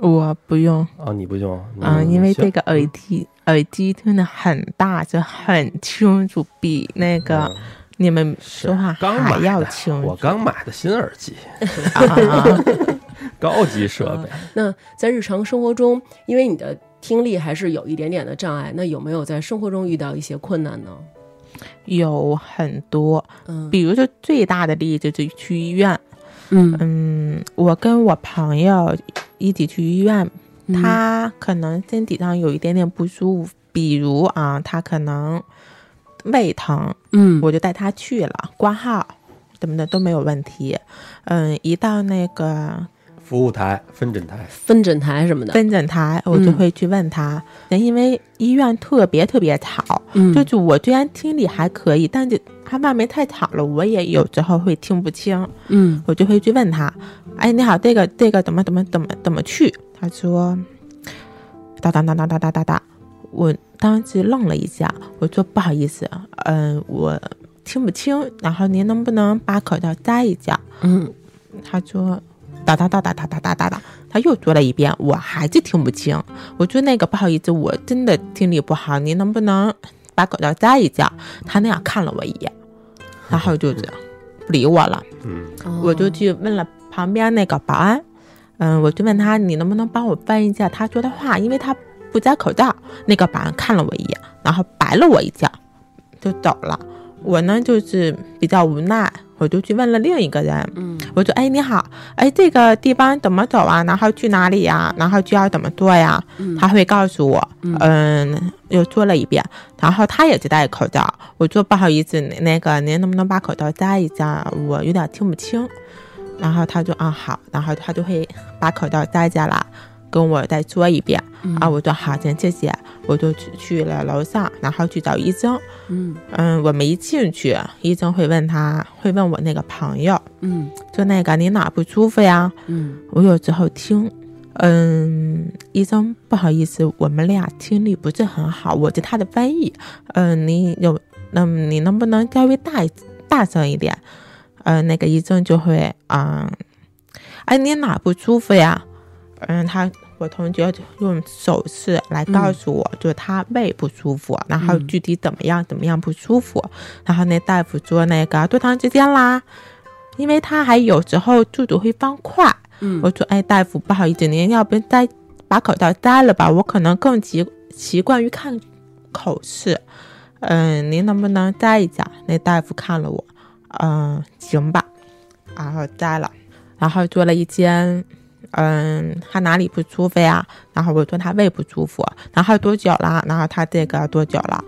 [SPEAKER 4] 我不用，
[SPEAKER 2] 啊？你不用
[SPEAKER 4] 嗯、
[SPEAKER 2] 你
[SPEAKER 4] 因为这
[SPEAKER 2] 行
[SPEAKER 4] 个耳机
[SPEAKER 2] 嗯
[SPEAKER 4] 耳机真的很大，就很清楚，比那个、
[SPEAKER 2] 嗯
[SPEAKER 4] 你们
[SPEAKER 2] 是
[SPEAKER 4] 说话
[SPEAKER 2] 刚买
[SPEAKER 4] 还要
[SPEAKER 2] 的
[SPEAKER 4] 清
[SPEAKER 2] 嗯我
[SPEAKER 4] 楚
[SPEAKER 2] 刚买的新耳机，
[SPEAKER 4] 啊！
[SPEAKER 2] 高级设备。
[SPEAKER 4] 嗯
[SPEAKER 1] 那在日常生活中，因为你的听力还是有一点点的障碍，那有没有在生活中遇到一些困难呢？
[SPEAKER 4] 有很多，
[SPEAKER 1] 嗯
[SPEAKER 4] 比如说最大的例子就是去医院。
[SPEAKER 1] 嗯，
[SPEAKER 4] 嗯，我跟我朋友一起去医院，
[SPEAKER 1] 嗯
[SPEAKER 4] 他可能身体上有一点点不舒服，比如啊，他可能胃疼，
[SPEAKER 1] 嗯
[SPEAKER 4] 我就带他去了挂号，什么的都没有问题。嗯，一到那个
[SPEAKER 2] 服务台、分诊台，
[SPEAKER 1] 分诊台什么的，
[SPEAKER 4] 分诊台，我就会去问他，因为医院特别特别吵，
[SPEAKER 1] 嗯
[SPEAKER 4] 就是我虽然听力还可以，但是他外面太吵了，我也有时候会听不清，
[SPEAKER 1] 嗯
[SPEAKER 4] 我就会去问他，哎，你好，这个这个怎么怎么怎么怎么去？他说，哒哒哒哒哒哒哒哒。我当时愣了一下，我说不好意思，嗯、我听不清，然后您能不能把口罩摘一下？
[SPEAKER 1] 嗯
[SPEAKER 4] 他说。哒哒哒哒哒哒哒哒哒，他又说了一遍，我还是听不清。我说那个不好意思，我真的听力不好，您能不能把口罩摘一下？他那样看了我一眼，然后就这样不理我了。
[SPEAKER 2] 嗯，
[SPEAKER 1] 哦
[SPEAKER 4] 我就去问了旁边那个保安，嗯，我就问他你能不能帮我翻译一下他说的话，因为他不摘口罩。那个保安看了我一眼，然后白了我一下，就走了。我呢就是比较无奈，我就去问了另一个人，
[SPEAKER 1] 嗯
[SPEAKER 4] 我说哎你好，哎这个地方怎么走啊？然后去哪里呀、然后就要怎么做呀？
[SPEAKER 1] 嗯
[SPEAKER 4] 他会告诉我，
[SPEAKER 1] 嗯
[SPEAKER 4] 嗯，又说了一遍，然后他也是戴口罩。我说不好意思，那那个您能不能把口罩摘一下？我有点听不清。然后他就啊好，然后他就会把口罩摘下来，跟我再说一遍、啊。我说好，行，谢谢。我就去去了楼上，然后去找医生。
[SPEAKER 1] 嗯
[SPEAKER 4] 嗯，我们一进去，医生会问他，会问我那个朋友，
[SPEAKER 1] 嗯
[SPEAKER 4] 就那个你哪不舒服呀？
[SPEAKER 1] 嗯
[SPEAKER 4] 我有时候听，嗯，医生，不好意思，我们俩听力不是很好，我是他的翻译，嗯，你有，嗯，你能不能稍微大一大声一点？嗯，那个医生就会，嗯，哎，你哪不舒服呀？嗯，他我同学就用手势来告诉我，就是他胃不舒服，然后
[SPEAKER 1] 嗯
[SPEAKER 4] 具体怎么样怎么样不舒服，然后那大夫说那个多长时间啦？因为他还有时候肚子会方块，
[SPEAKER 1] 嗯
[SPEAKER 4] 我说：“哎，大夫，不好意思，您要不再把口罩摘了吧？我可能更习习惯于看口试。嗯，您能不能摘一下？”那大夫看了我，嗯，行吧，然后摘了，然后做了一间。嗯，他哪里不舒服呀？然后我说他胃不舒服，然后多久了？然后他这个多久了？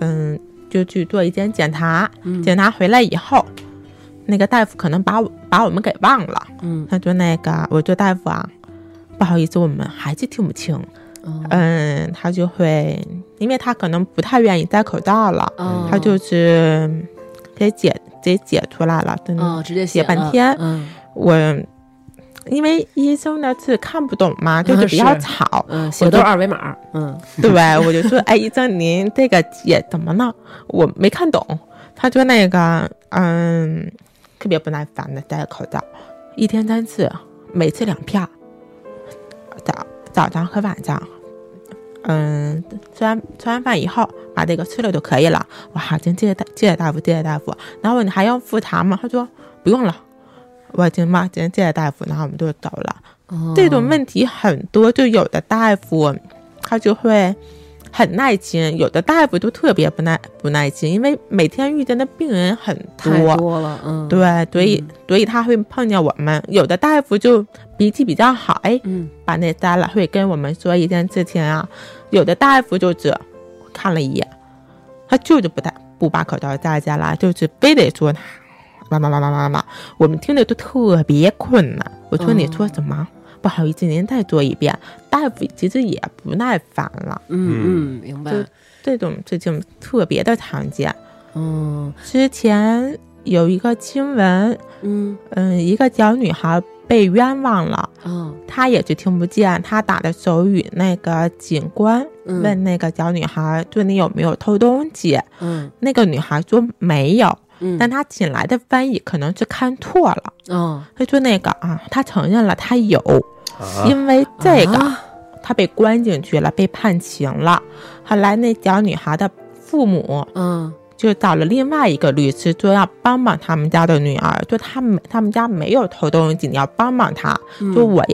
[SPEAKER 4] 嗯，就去做一间检查，
[SPEAKER 1] 嗯
[SPEAKER 4] 检查回来以后，那个大夫可能把我把我们给忘了，
[SPEAKER 1] 嗯
[SPEAKER 4] 他说那个，我说大夫啊，不好意思，我们还是听不清。
[SPEAKER 1] 哦
[SPEAKER 4] 嗯，他就会，因为他可能不太愿意戴口罩了，
[SPEAKER 1] 哦，
[SPEAKER 4] 他就是直接解直接解出来了。真的，
[SPEAKER 1] 哦直接
[SPEAKER 4] 嗯写半
[SPEAKER 1] 了
[SPEAKER 4] 天
[SPEAKER 1] 嗯
[SPEAKER 4] 我因为医生呢是看不懂嘛，啊就是比较
[SPEAKER 1] 是
[SPEAKER 4] 吵，
[SPEAKER 1] 嗯，写的都是二维码，嗯
[SPEAKER 4] 对我就说，哎，医生您这个解怎么了？我没看懂。他说那个，嗯，特别不耐烦的戴口罩，一天三次，每次两票，早早上和晚上。嗯，吃完吃完饭以后把这个吃了就可以了。哇，真谢谢大谢谢大夫，谢谢大夫。然后问你还要复查吗？他说不用了。我已经骂真谢谢大夫，然后我们就走了。
[SPEAKER 1] 哦
[SPEAKER 4] 这种问题很多，就有的大夫他就会很耐心，有的大夫就特别不耐不耐心，因为每天遇见的病人很
[SPEAKER 1] 太多了，嗯，，
[SPEAKER 4] 对，所以、
[SPEAKER 1] 嗯
[SPEAKER 4] 所以他会碰见我们。有的大夫就脾气比较好，哎，
[SPEAKER 1] 嗯，
[SPEAKER 4] 把那摘了，会跟我们说一件事情啊。有的大夫就只看了一眼，他就是不戴不把口罩摘下来，就是非得说妈妈妈妈妈妈，我们听着都特别困难。我说
[SPEAKER 1] 嗯
[SPEAKER 4] 你说什么？不好意思，您再说一遍。大夫其实也不耐烦了，
[SPEAKER 1] 嗯嗯，明白
[SPEAKER 4] 就。这种事情特别的常见。
[SPEAKER 1] 嗯
[SPEAKER 4] 之前有一个新闻，
[SPEAKER 1] 嗯
[SPEAKER 4] 嗯，一个小女孩被冤枉了，
[SPEAKER 1] 哦
[SPEAKER 4] 她也是听不见，她打的手语。那个警官
[SPEAKER 1] 嗯
[SPEAKER 4] 问那个小女孩，说你有没有偷东西？
[SPEAKER 1] 嗯
[SPEAKER 4] 那个女孩说没有，
[SPEAKER 1] 嗯，
[SPEAKER 4] 但她请来的翻译可能是看错了。
[SPEAKER 1] 哦，
[SPEAKER 4] 她说那个啊，她承认了，她有，
[SPEAKER 2] 啊，
[SPEAKER 4] 因为这个、
[SPEAKER 1] 啊
[SPEAKER 4] 她被关进去了，被判刑了。后来那小女孩的父母
[SPEAKER 1] 嗯
[SPEAKER 4] 就找了另外一个律师，说要帮帮他们家的女儿，说他们他们家没有偷东西，你要帮帮她。
[SPEAKER 1] 嗯
[SPEAKER 4] 就我，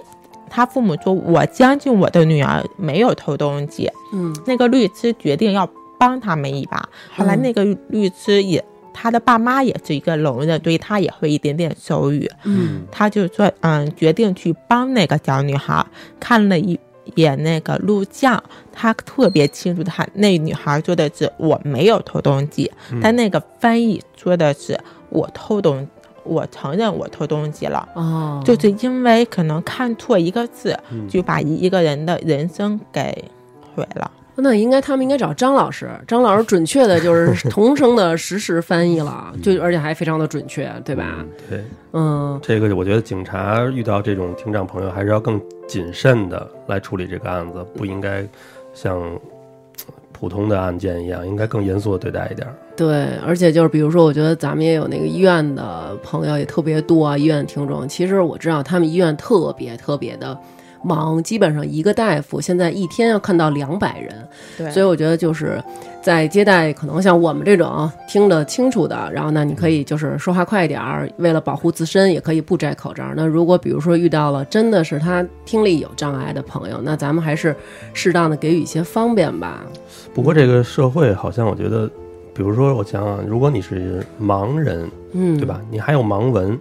[SPEAKER 4] 他父母说，我相信我的女儿没有偷东西。
[SPEAKER 1] 嗯
[SPEAKER 4] 那个律师决定要帮他们一把。后来
[SPEAKER 1] 嗯
[SPEAKER 4] 那个律师也，他的爸妈也是一个聋人，所以他也会一点点手语。
[SPEAKER 1] 嗯
[SPEAKER 4] 他就说，嗯，决定去帮那个小女孩。看了一眼那个录像，他特别清楚地喊，他那女孩说的是我没有偷东西，
[SPEAKER 2] 嗯
[SPEAKER 4] 但那个翻译说的是我偷东，我承认我偷东西了。
[SPEAKER 1] 哦，
[SPEAKER 4] 就是因为可能看错一个字，
[SPEAKER 2] 嗯
[SPEAKER 4] 就把一个人的人生给毁了。
[SPEAKER 1] 那应该他们应该找张老师，张老师准确的就是童声的实时翻译了，就而且还非常的准确，对吧？
[SPEAKER 2] 嗯对，
[SPEAKER 1] 嗯
[SPEAKER 2] 这个我觉得警察遇到这种听障朋友还是要更谨慎的来处理这个案子，不应该像呃普通的案件一样，应该更严肃的对待一点儿。
[SPEAKER 1] 对，而且就是比如说，我觉得咱们也有那个医院的朋友也特别多啊，医院听众。其实我知道他们医院特别特别的忙，基本上一个大夫现在一天要看到两百人，
[SPEAKER 4] 对
[SPEAKER 1] 所以我觉得就是在接待可能像我们这种听得清楚的，然后呢，你可以就是说话快一点儿，为了保护自身，也可以不摘口罩。那如果比如说遇到了真的是他听力有障碍的朋友，那咱们还是适当的给予一些方便吧。
[SPEAKER 2] 不过这个社会好像我觉得，比如说我想想，如果你是盲人，
[SPEAKER 1] 嗯，
[SPEAKER 2] 对？吧？你还有盲文，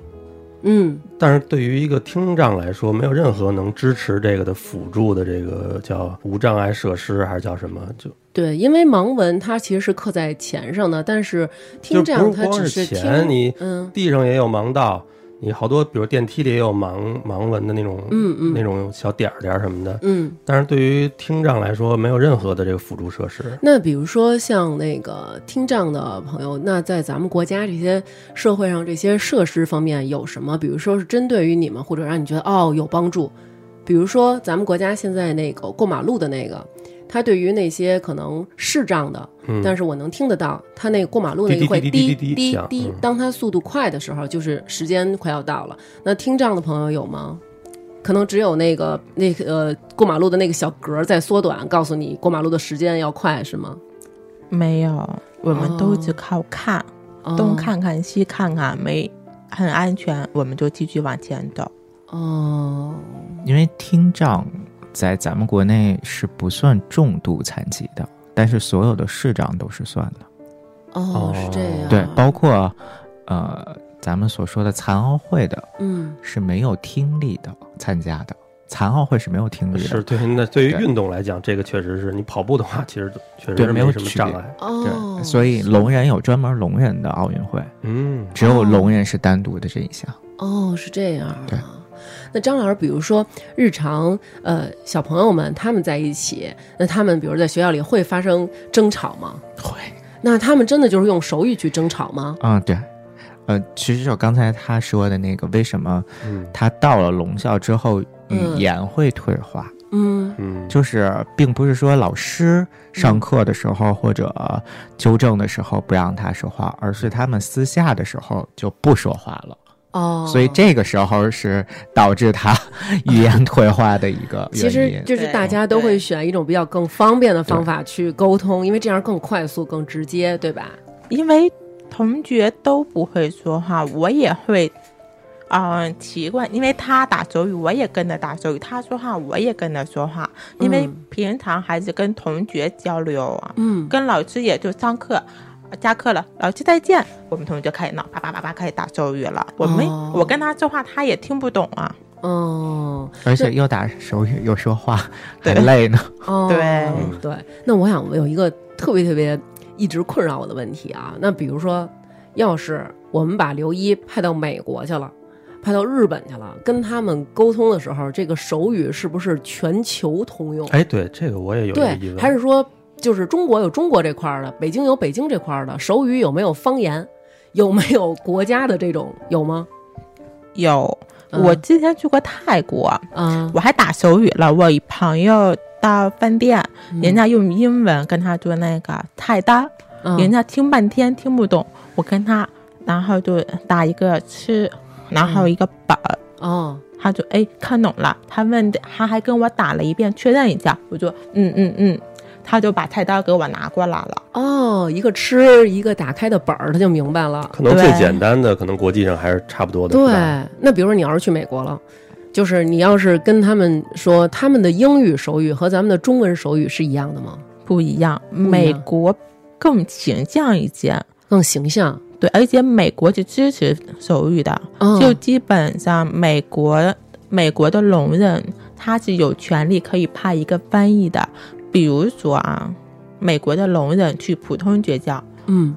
[SPEAKER 1] 嗯，
[SPEAKER 2] 但是对于一个听障来说，没有任何能支持这个的辅助的这个叫无障碍设施啊还是叫什么？就
[SPEAKER 1] 对，因为盲文它其实是刻在钱上的，但是听
[SPEAKER 2] 就
[SPEAKER 1] 障
[SPEAKER 2] 不
[SPEAKER 1] 它
[SPEAKER 2] 光
[SPEAKER 1] 只
[SPEAKER 2] 是
[SPEAKER 1] 听
[SPEAKER 2] 钱，你
[SPEAKER 1] 嗯
[SPEAKER 2] 地上也有盲道，你好多比如电梯里也有盲盲文的那种，
[SPEAKER 1] 嗯嗯
[SPEAKER 2] 那种小点儿点儿什么的。
[SPEAKER 1] 嗯。
[SPEAKER 2] 但是对于听障来说，没有任何的这个辅助设施。
[SPEAKER 1] 那比如说像那个听障的朋友，那在咱们国家这些社会上这些设施方面有什么？比如说是针对于你们，或者让你觉得哦有帮助。比如说咱们国家现在那个过马路的那个，它对于那些可能视障的，
[SPEAKER 2] 嗯，
[SPEAKER 1] 但
[SPEAKER 2] 是
[SPEAKER 1] 是我能听得到，它那个过马路那个
[SPEAKER 2] 滴滴
[SPEAKER 1] 会
[SPEAKER 2] 滴
[SPEAKER 1] 滴
[SPEAKER 2] 滴滴滴
[SPEAKER 1] 滴
[SPEAKER 2] 响
[SPEAKER 1] 滴
[SPEAKER 2] 嗯，
[SPEAKER 1] 当它速度快的时候，就是时间快要到了。那听障的朋友有吗？可能只有那个那个呃过马路的那个小格儿在缩短，告诉你过马路的时间要快，是吗？
[SPEAKER 4] 没有，我们都
[SPEAKER 1] 哦
[SPEAKER 4] 只靠看，
[SPEAKER 1] 哦
[SPEAKER 4] 东看看西看看，没很安全，我们就继续往前走。
[SPEAKER 1] 哦，
[SPEAKER 3] 因为听障在咱们国内是不算重度残疾的，但是所有的视障都是算的。
[SPEAKER 1] 哦，是这样，
[SPEAKER 3] 对，包括呃，咱们所说的残奥会的
[SPEAKER 1] 嗯
[SPEAKER 3] 是没有听力的参加的，残奥会是没有听力的，
[SPEAKER 2] 是对。那对于
[SPEAKER 3] 对
[SPEAKER 2] 运动来讲，这个确实是你跑步的话，其实确实
[SPEAKER 3] 对
[SPEAKER 2] 是
[SPEAKER 3] 没有
[SPEAKER 2] 什么
[SPEAKER 3] 区
[SPEAKER 2] 障
[SPEAKER 3] 别
[SPEAKER 2] 碍。
[SPEAKER 1] 哦
[SPEAKER 3] 对，，所以聋人有专门聋人的奥运会，
[SPEAKER 2] 嗯，
[SPEAKER 3] 只有聋人是单独的这一项。
[SPEAKER 1] 哦，是这样啊。
[SPEAKER 3] 对
[SPEAKER 1] 那张老师，比如说日常，呃，小朋友们他们在一起，那他们比如在学校里会发生争吵吗？
[SPEAKER 3] 会，
[SPEAKER 1] 那他们真的就是用手语去争吵吗？
[SPEAKER 3] 嗯，对。呃，其实就刚才他说的那个，为什么
[SPEAKER 2] 嗯
[SPEAKER 3] 他到了聋校之后语
[SPEAKER 1] 嗯
[SPEAKER 3] 言会退化？
[SPEAKER 1] 嗯
[SPEAKER 2] 嗯，
[SPEAKER 3] 就是并不是说老师上课的时候或者纠正的时候不让他说话，而是他们私下的时候就不说话了。
[SPEAKER 1] 哦，
[SPEAKER 3] 所以这个时候是导致他 语言退化的一个
[SPEAKER 1] 其
[SPEAKER 3] 原
[SPEAKER 1] 实
[SPEAKER 3] 因。
[SPEAKER 1] 就是
[SPEAKER 4] 对
[SPEAKER 1] 大家都会选一种比较更方便的方法去沟通，因为这样更快速、更直接，对吧？
[SPEAKER 4] 因为同学都不会说话，我也会，嗯、奇怪，因为他打手语，我也跟着打手语；他说话，我也跟着说话。因为
[SPEAKER 1] 嗯
[SPEAKER 4] 平常还是跟同学交流啊，
[SPEAKER 1] 嗯，
[SPEAKER 4] 跟老师也就上课。下课了，老师再见。我们同学就开始闹，叭叭叭叭开始打手语了。我们、
[SPEAKER 1] 哦
[SPEAKER 4] 我跟他说话，他也听不懂啊。
[SPEAKER 1] 哦，
[SPEAKER 3] 而且又打手语又说话，
[SPEAKER 4] 对
[SPEAKER 3] 很累呢。
[SPEAKER 1] 哦，
[SPEAKER 4] 对
[SPEAKER 1] 对。那我想有一个特别特别一直困扰我的问题啊，那比如说，要是我们把刘一派到美国去了。派到日本去了，跟他们沟通的时候，这个手语是不是全球通用？
[SPEAKER 2] 哎，对，这个我也有一个疑
[SPEAKER 1] 对，
[SPEAKER 2] 问，
[SPEAKER 1] 还是说就是中国有中国这块儿的，北京有北京这块儿的，手语有没有方言？有没有国家的这种有吗？
[SPEAKER 4] 有，
[SPEAKER 1] 嗯
[SPEAKER 4] 我之前去过泰国，
[SPEAKER 1] 啊，
[SPEAKER 4] 我还打手语了。我一朋友到饭店，
[SPEAKER 1] 嗯
[SPEAKER 4] 人家用英文跟他做那个菜单，
[SPEAKER 1] 嗯
[SPEAKER 4] 人家听半天听不懂，我跟他，然后就打一个吃，然后一个饱。
[SPEAKER 1] 哦，
[SPEAKER 4] 他就哎看懂了，他问的他还跟我打了一遍确认一下，我就嗯嗯嗯，他就把菜单给我拿过来了。
[SPEAKER 1] 哦，一个吃一个打开的本儿，他就明白了。
[SPEAKER 2] 可能最
[SPEAKER 4] 对
[SPEAKER 2] 简单的，可能国际上还是差不多的。
[SPEAKER 1] 对
[SPEAKER 2] 是吧，
[SPEAKER 1] 那比如说你要是去美国了，就是你要是跟他们说他们的英语手语和咱们的中文手语是一样的吗？
[SPEAKER 4] 不一样，
[SPEAKER 1] 样
[SPEAKER 4] 美国更形象一些，
[SPEAKER 1] 更形象，
[SPEAKER 4] 对，而且美国是支持手语的，
[SPEAKER 1] 哦、
[SPEAKER 4] 就基本上美国美国的聋人他是有权利可以派一个翻译的，比如说啊，美国的聋人去普通学校
[SPEAKER 1] 嗯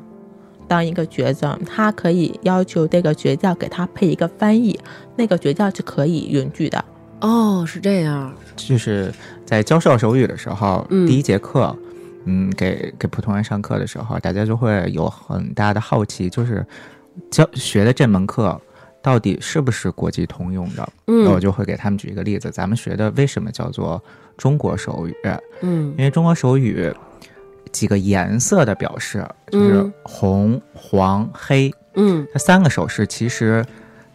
[SPEAKER 4] 当一个学生，他可以要求这个学校给他配一个翻译，那个学校是可以允许的。
[SPEAKER 1] 哦是这样，
[SPEAKER 3] 就是在教授手语的时候，
[SPEAKER 1] 嗯
[SPEAKER 3] 第一节课，嗯，给给普通人上课的时候，大家就会有很大的好奇，就是教学的这门课到底是不是国际通用的？那我
[SPEAKER 1] 嗯
[SPEAKER 3] 就会给他们举一个例子，咱们学的为什么叫做中国手语？
[SPEAKER 1] 嗯
[SPEAKER 3] 因为中国手语几个颜色的表示，就是
[SPEAKER 1] 嗯
[SPEAKER 3] 红、黄、黑，
[SPEAKER 1] 嗯，
[SPEAKER 3] 它三个手势其实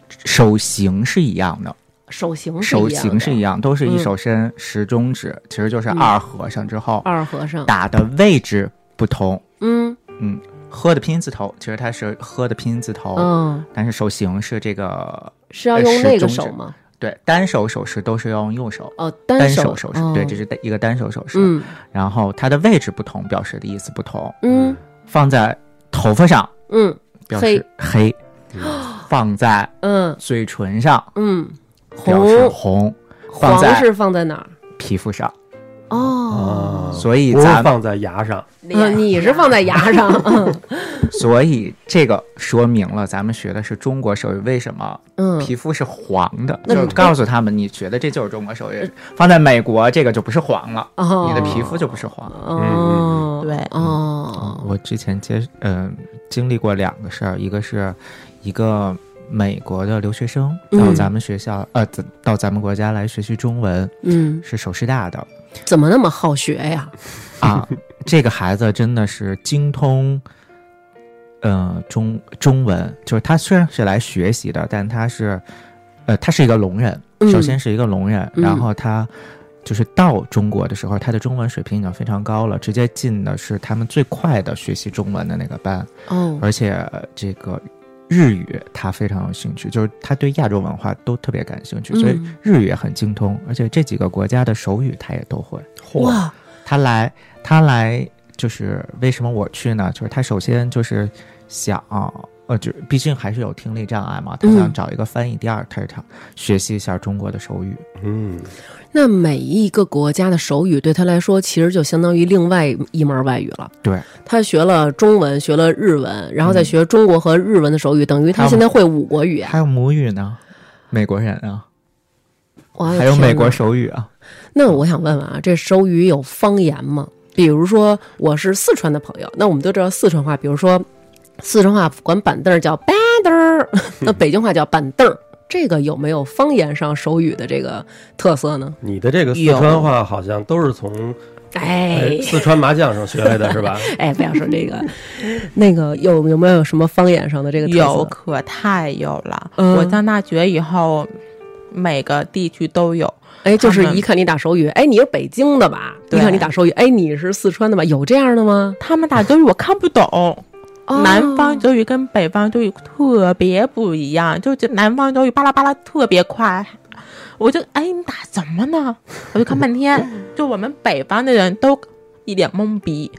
[SPEAKER 3] 手型是一样的。
[SPEAKER 1] 手型是
[SPEAKER 3] 手
[SPEAKER 1] 一样
[SPEAKER 3] 型是
[SPEAKER 1] 的
[SPEAKER 3] 一样，都是
[SPEAKER 1] 嗯
[SPEAKER 3] 一手伸、十中指，其实就是
[SPEAKER 1] 嗯
[SPEAKER 3] 二和尚之后、
[SPEAKER 1] 二和尚，
[SPEAKER 3] 打的位置不同。
[SPEAKER 1] 嗯
[SPEAKER 3] 喝的拼音字头，其实它是喝的拼音字头，
[SPEAKER 1] 嗯。
[SPEAKER 3] 但是手型是这个
[SPEAKER 1] 是要用那个手
[SPEAKER 3] 哦呃是中指
[SPEAKER 1] 吗？
[SPEAKER 3] 对单手手势都是要用右手，
[SPEAKER 1] 哦，
[SPEAKER 3] 单
[SPEAKER 1] 手
[SPEAKER 3] 手势、
[SPEAKER 1] 哦
[SPEAKER 3] 对，这是一个单手手势。
[SPEAKER 1] 嗯
[SPEAKER 3] 然后它的位置不同，表示的意思不同。
[SPEAKER 1] 嗯
[SPEAKER 3] 放在头发上
[SPEAKER 1] 嗯
[SPEAKER 3] 表示黑，放在
[SPEAKER 1] 嗯
[SPEAKER 3] 嘴唇上
[SPEAKER 1] 嗯，
[SPEAKER 3] 表示
[SPEAKER 1] 红
[SPEAKER 3] 红，放
[SPEAKER 1] 黄
[SPEAKER 3] 在
[SPEAKER 1] 是放在哪儿？
[SPEAKER 3] 皮肤上，
[SPEAKER 1] 哦，
[SPEAKER 2] 啊，
[SPEAKER 3] 所以
[SPEAKER 2] 不是
[SPEAKER 3] 咱们
[SPEAKER 2] 放在牙上，
[SPEAKER 1] 嗯你是放在牙上，嗯
[SPEAKER 3] 所以这个说明了咱们学的是中国手语，为什么
[SPEAKER 1] 嗯，
[SPEAKER 3] 皮肤是黄的？
[SPEAKER 1] 那
[SPEAKER 3] 就
[SPEAKER 1] 你呃
[SPEAKER 3] 是告诉他们，你学的这就是中国手语，放在美国这个就不是黄了，
[SPEAKER 1] 哦，
[SPEAKER 3] 你的皮肤就不是
[SPEAKER 1] 嗯
[SPEAKER 3] 黄。
[SPEAKER 1] 哦，
[SPEAKER 4] 嗯嗯嗯对
[SPEAKER 1] 哦，
[SPEAKER 3] 我之前接嗯、经历过两个事儿，一个是一个美国的留学生到
[SPEAKER 1] 嗯
[SPEAKER 3] 咱们学校、呃咱到咱们国家来学习中文，
[SPEAKER 1] 嗯，
[SPEAKER 3] 是首师大的
[SPEAKER 1] 怎么那么好学呀？
[SPEAKER 3] 啊，这个孩子真的是精通。呃，中中文就是他虽然是来学习的，但他是，呃，他是一个聋人，
[SPEAKER 1] 嗯
[SPEAKER 3] 首先是一个聋人，
[SPEAKER 1] 嗯
[SPEAKER 3] 然后他就是到中国的时候，他的中文水平已经非常高了，直接进的是他们最快的学习中文的那个班，
[SPEAKER 1] 哦，
[SPEAKER 3] 而且呃这个日语他非常有兴趣，就是他对亚洲文化都特别感兴趣，所以
[SPEAKER 1] 嗯
[SPEAKER 3] 日语也很精通，而且这几个国家的手语他也都会。
[SPEAKER 1] 哇，
[SPEAKER 3] 他来，他来就是为什么我去呢？就是他首先就是想，呃，就毕竟还是有听力障碍嘛，他想
[SPEAKER 1] 嗯
[SPEAKER 3] 找一个翻译。第二，他是想学习一下中国的手语。
[SPEAKER 2] 嗯，
[SPEAKER 1] 那每一个国家的手语对他来说，其实就相当于另外一门外语了。
[SPEAKER 3] 对，
[SPEAKER 1] 他学了中文，学了日文，然后再
[SPEAKER 3] 嗯
[SPEAKER 1] 学中国和日文的手语，等于他
[SPEAKER 3] 他
[SPEAKER 1] 现在会五国语言。
[SPEAKER 3] 还有母语呢，美国人啊，
[SPEAKER 1] 我的
[SPEAKER 3] 还有
[SPEAKER 1] 天
[SPEAKER 3] 美国
[SPEAKER 1] 哪
[SPEAKER 3] 手语啊，
[SPEAKER 1] 那我想问问啊，这手语有方言吗？比如说我是四川的朋友，那我们都知道四川话，比如说四川话管板凳儿叫板凳 儿，那北京话叫板凳儿，这个有没有方言上手语的这个特色呢？
[SPEAKER 2] 你的这个四川话好像都是从
[SPEAKER 1] 哎
[SPEAKER 2] 四川麻将上学来的是 吧？
[SPEAKER 1] 哎，不要说这个， 那个有有没有什么方言上的这个特色
[SPEAKER 4] 有可太有了。
[SPEAKER 1] 嗯
[SPEAKER 4] 我上大学以后，每个地区都有。
[SPEAKER 1] 哎，就是
[SPEAKER 4] 他们
[SPEAKER 1] 一看你打手语，哎，你是北京的吧？一
[SPEAKER 4] 对
[SPEAKER 1] 看你打手语，哎，你是四川的吧？有这样的吗？
[SPEAKER 4] 他们打德语我看不懂，南方
[SPEAKER 1] 就
[SPEAKER 4] 德语跟北方德语特别不一样，就这南方德语巴拉巴拉特别快。我就哎，你打什么呢？我就看半天，就我们北方的人都一脸懵逼。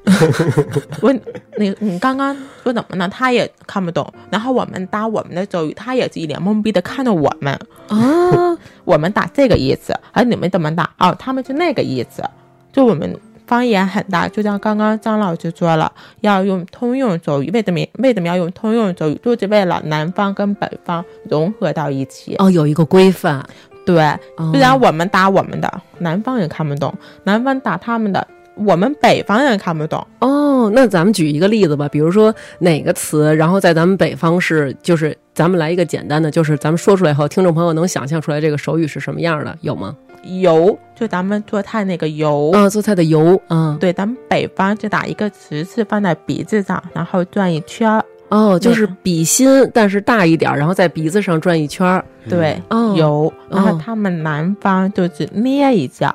[SPEAKER 4] 我那个你刚刚说怎么呢？他也看不懂。然后我们打我们的德语，他也是一脸懵逼的看着我们。
[SPEAKER 1] 啊，
[SPEAKER 4] 我们打这个意思，而你们怎么打？哦，他们就那个意思，就我们方言很大，就像刚刚张老师说了，要用通用手语，为什么为什么要用通用手语？就是为了南方跟北方融合到一起。
[SPEAKER 1] 哦，有一个规范，
[SPEAKER 4] 对，啊
[SPEAKER 1] 哦
[SPEAKER 4] 虽然我们打我们的，南方人看不懂，南方打他们的，我们北方人看不懂。
[SPEAKER 1] 哦，那咱们举一个例子吧，比如说哪个词，然后在咱们北方是，就是咱们来一个简单的，就是咱们说出来以后，听众朋友能想象出来这个手语是什么样的，有吗？
[SPEAKER 4] 油，就咱们做菜那个油。
[SPEAKER 1] 啊，做菜的油，啊，
[SPEAKER 4] 对，咱们北方就打一个十字放在鼻子上，然后转一圈儿。
[SPEAKER 1] 哦，就是笔芯，但是大一点儿，然后在鼻子上转一圈儿，
[SPEAKER 2] 嗯
[SPEAKER 4] 对，
[SPEAKER 1] 哦，
[SPEAKER 4] 油，然后
[SPEAKER 1] 哦
[SPEAKER 4] 他们南方就是捏一下，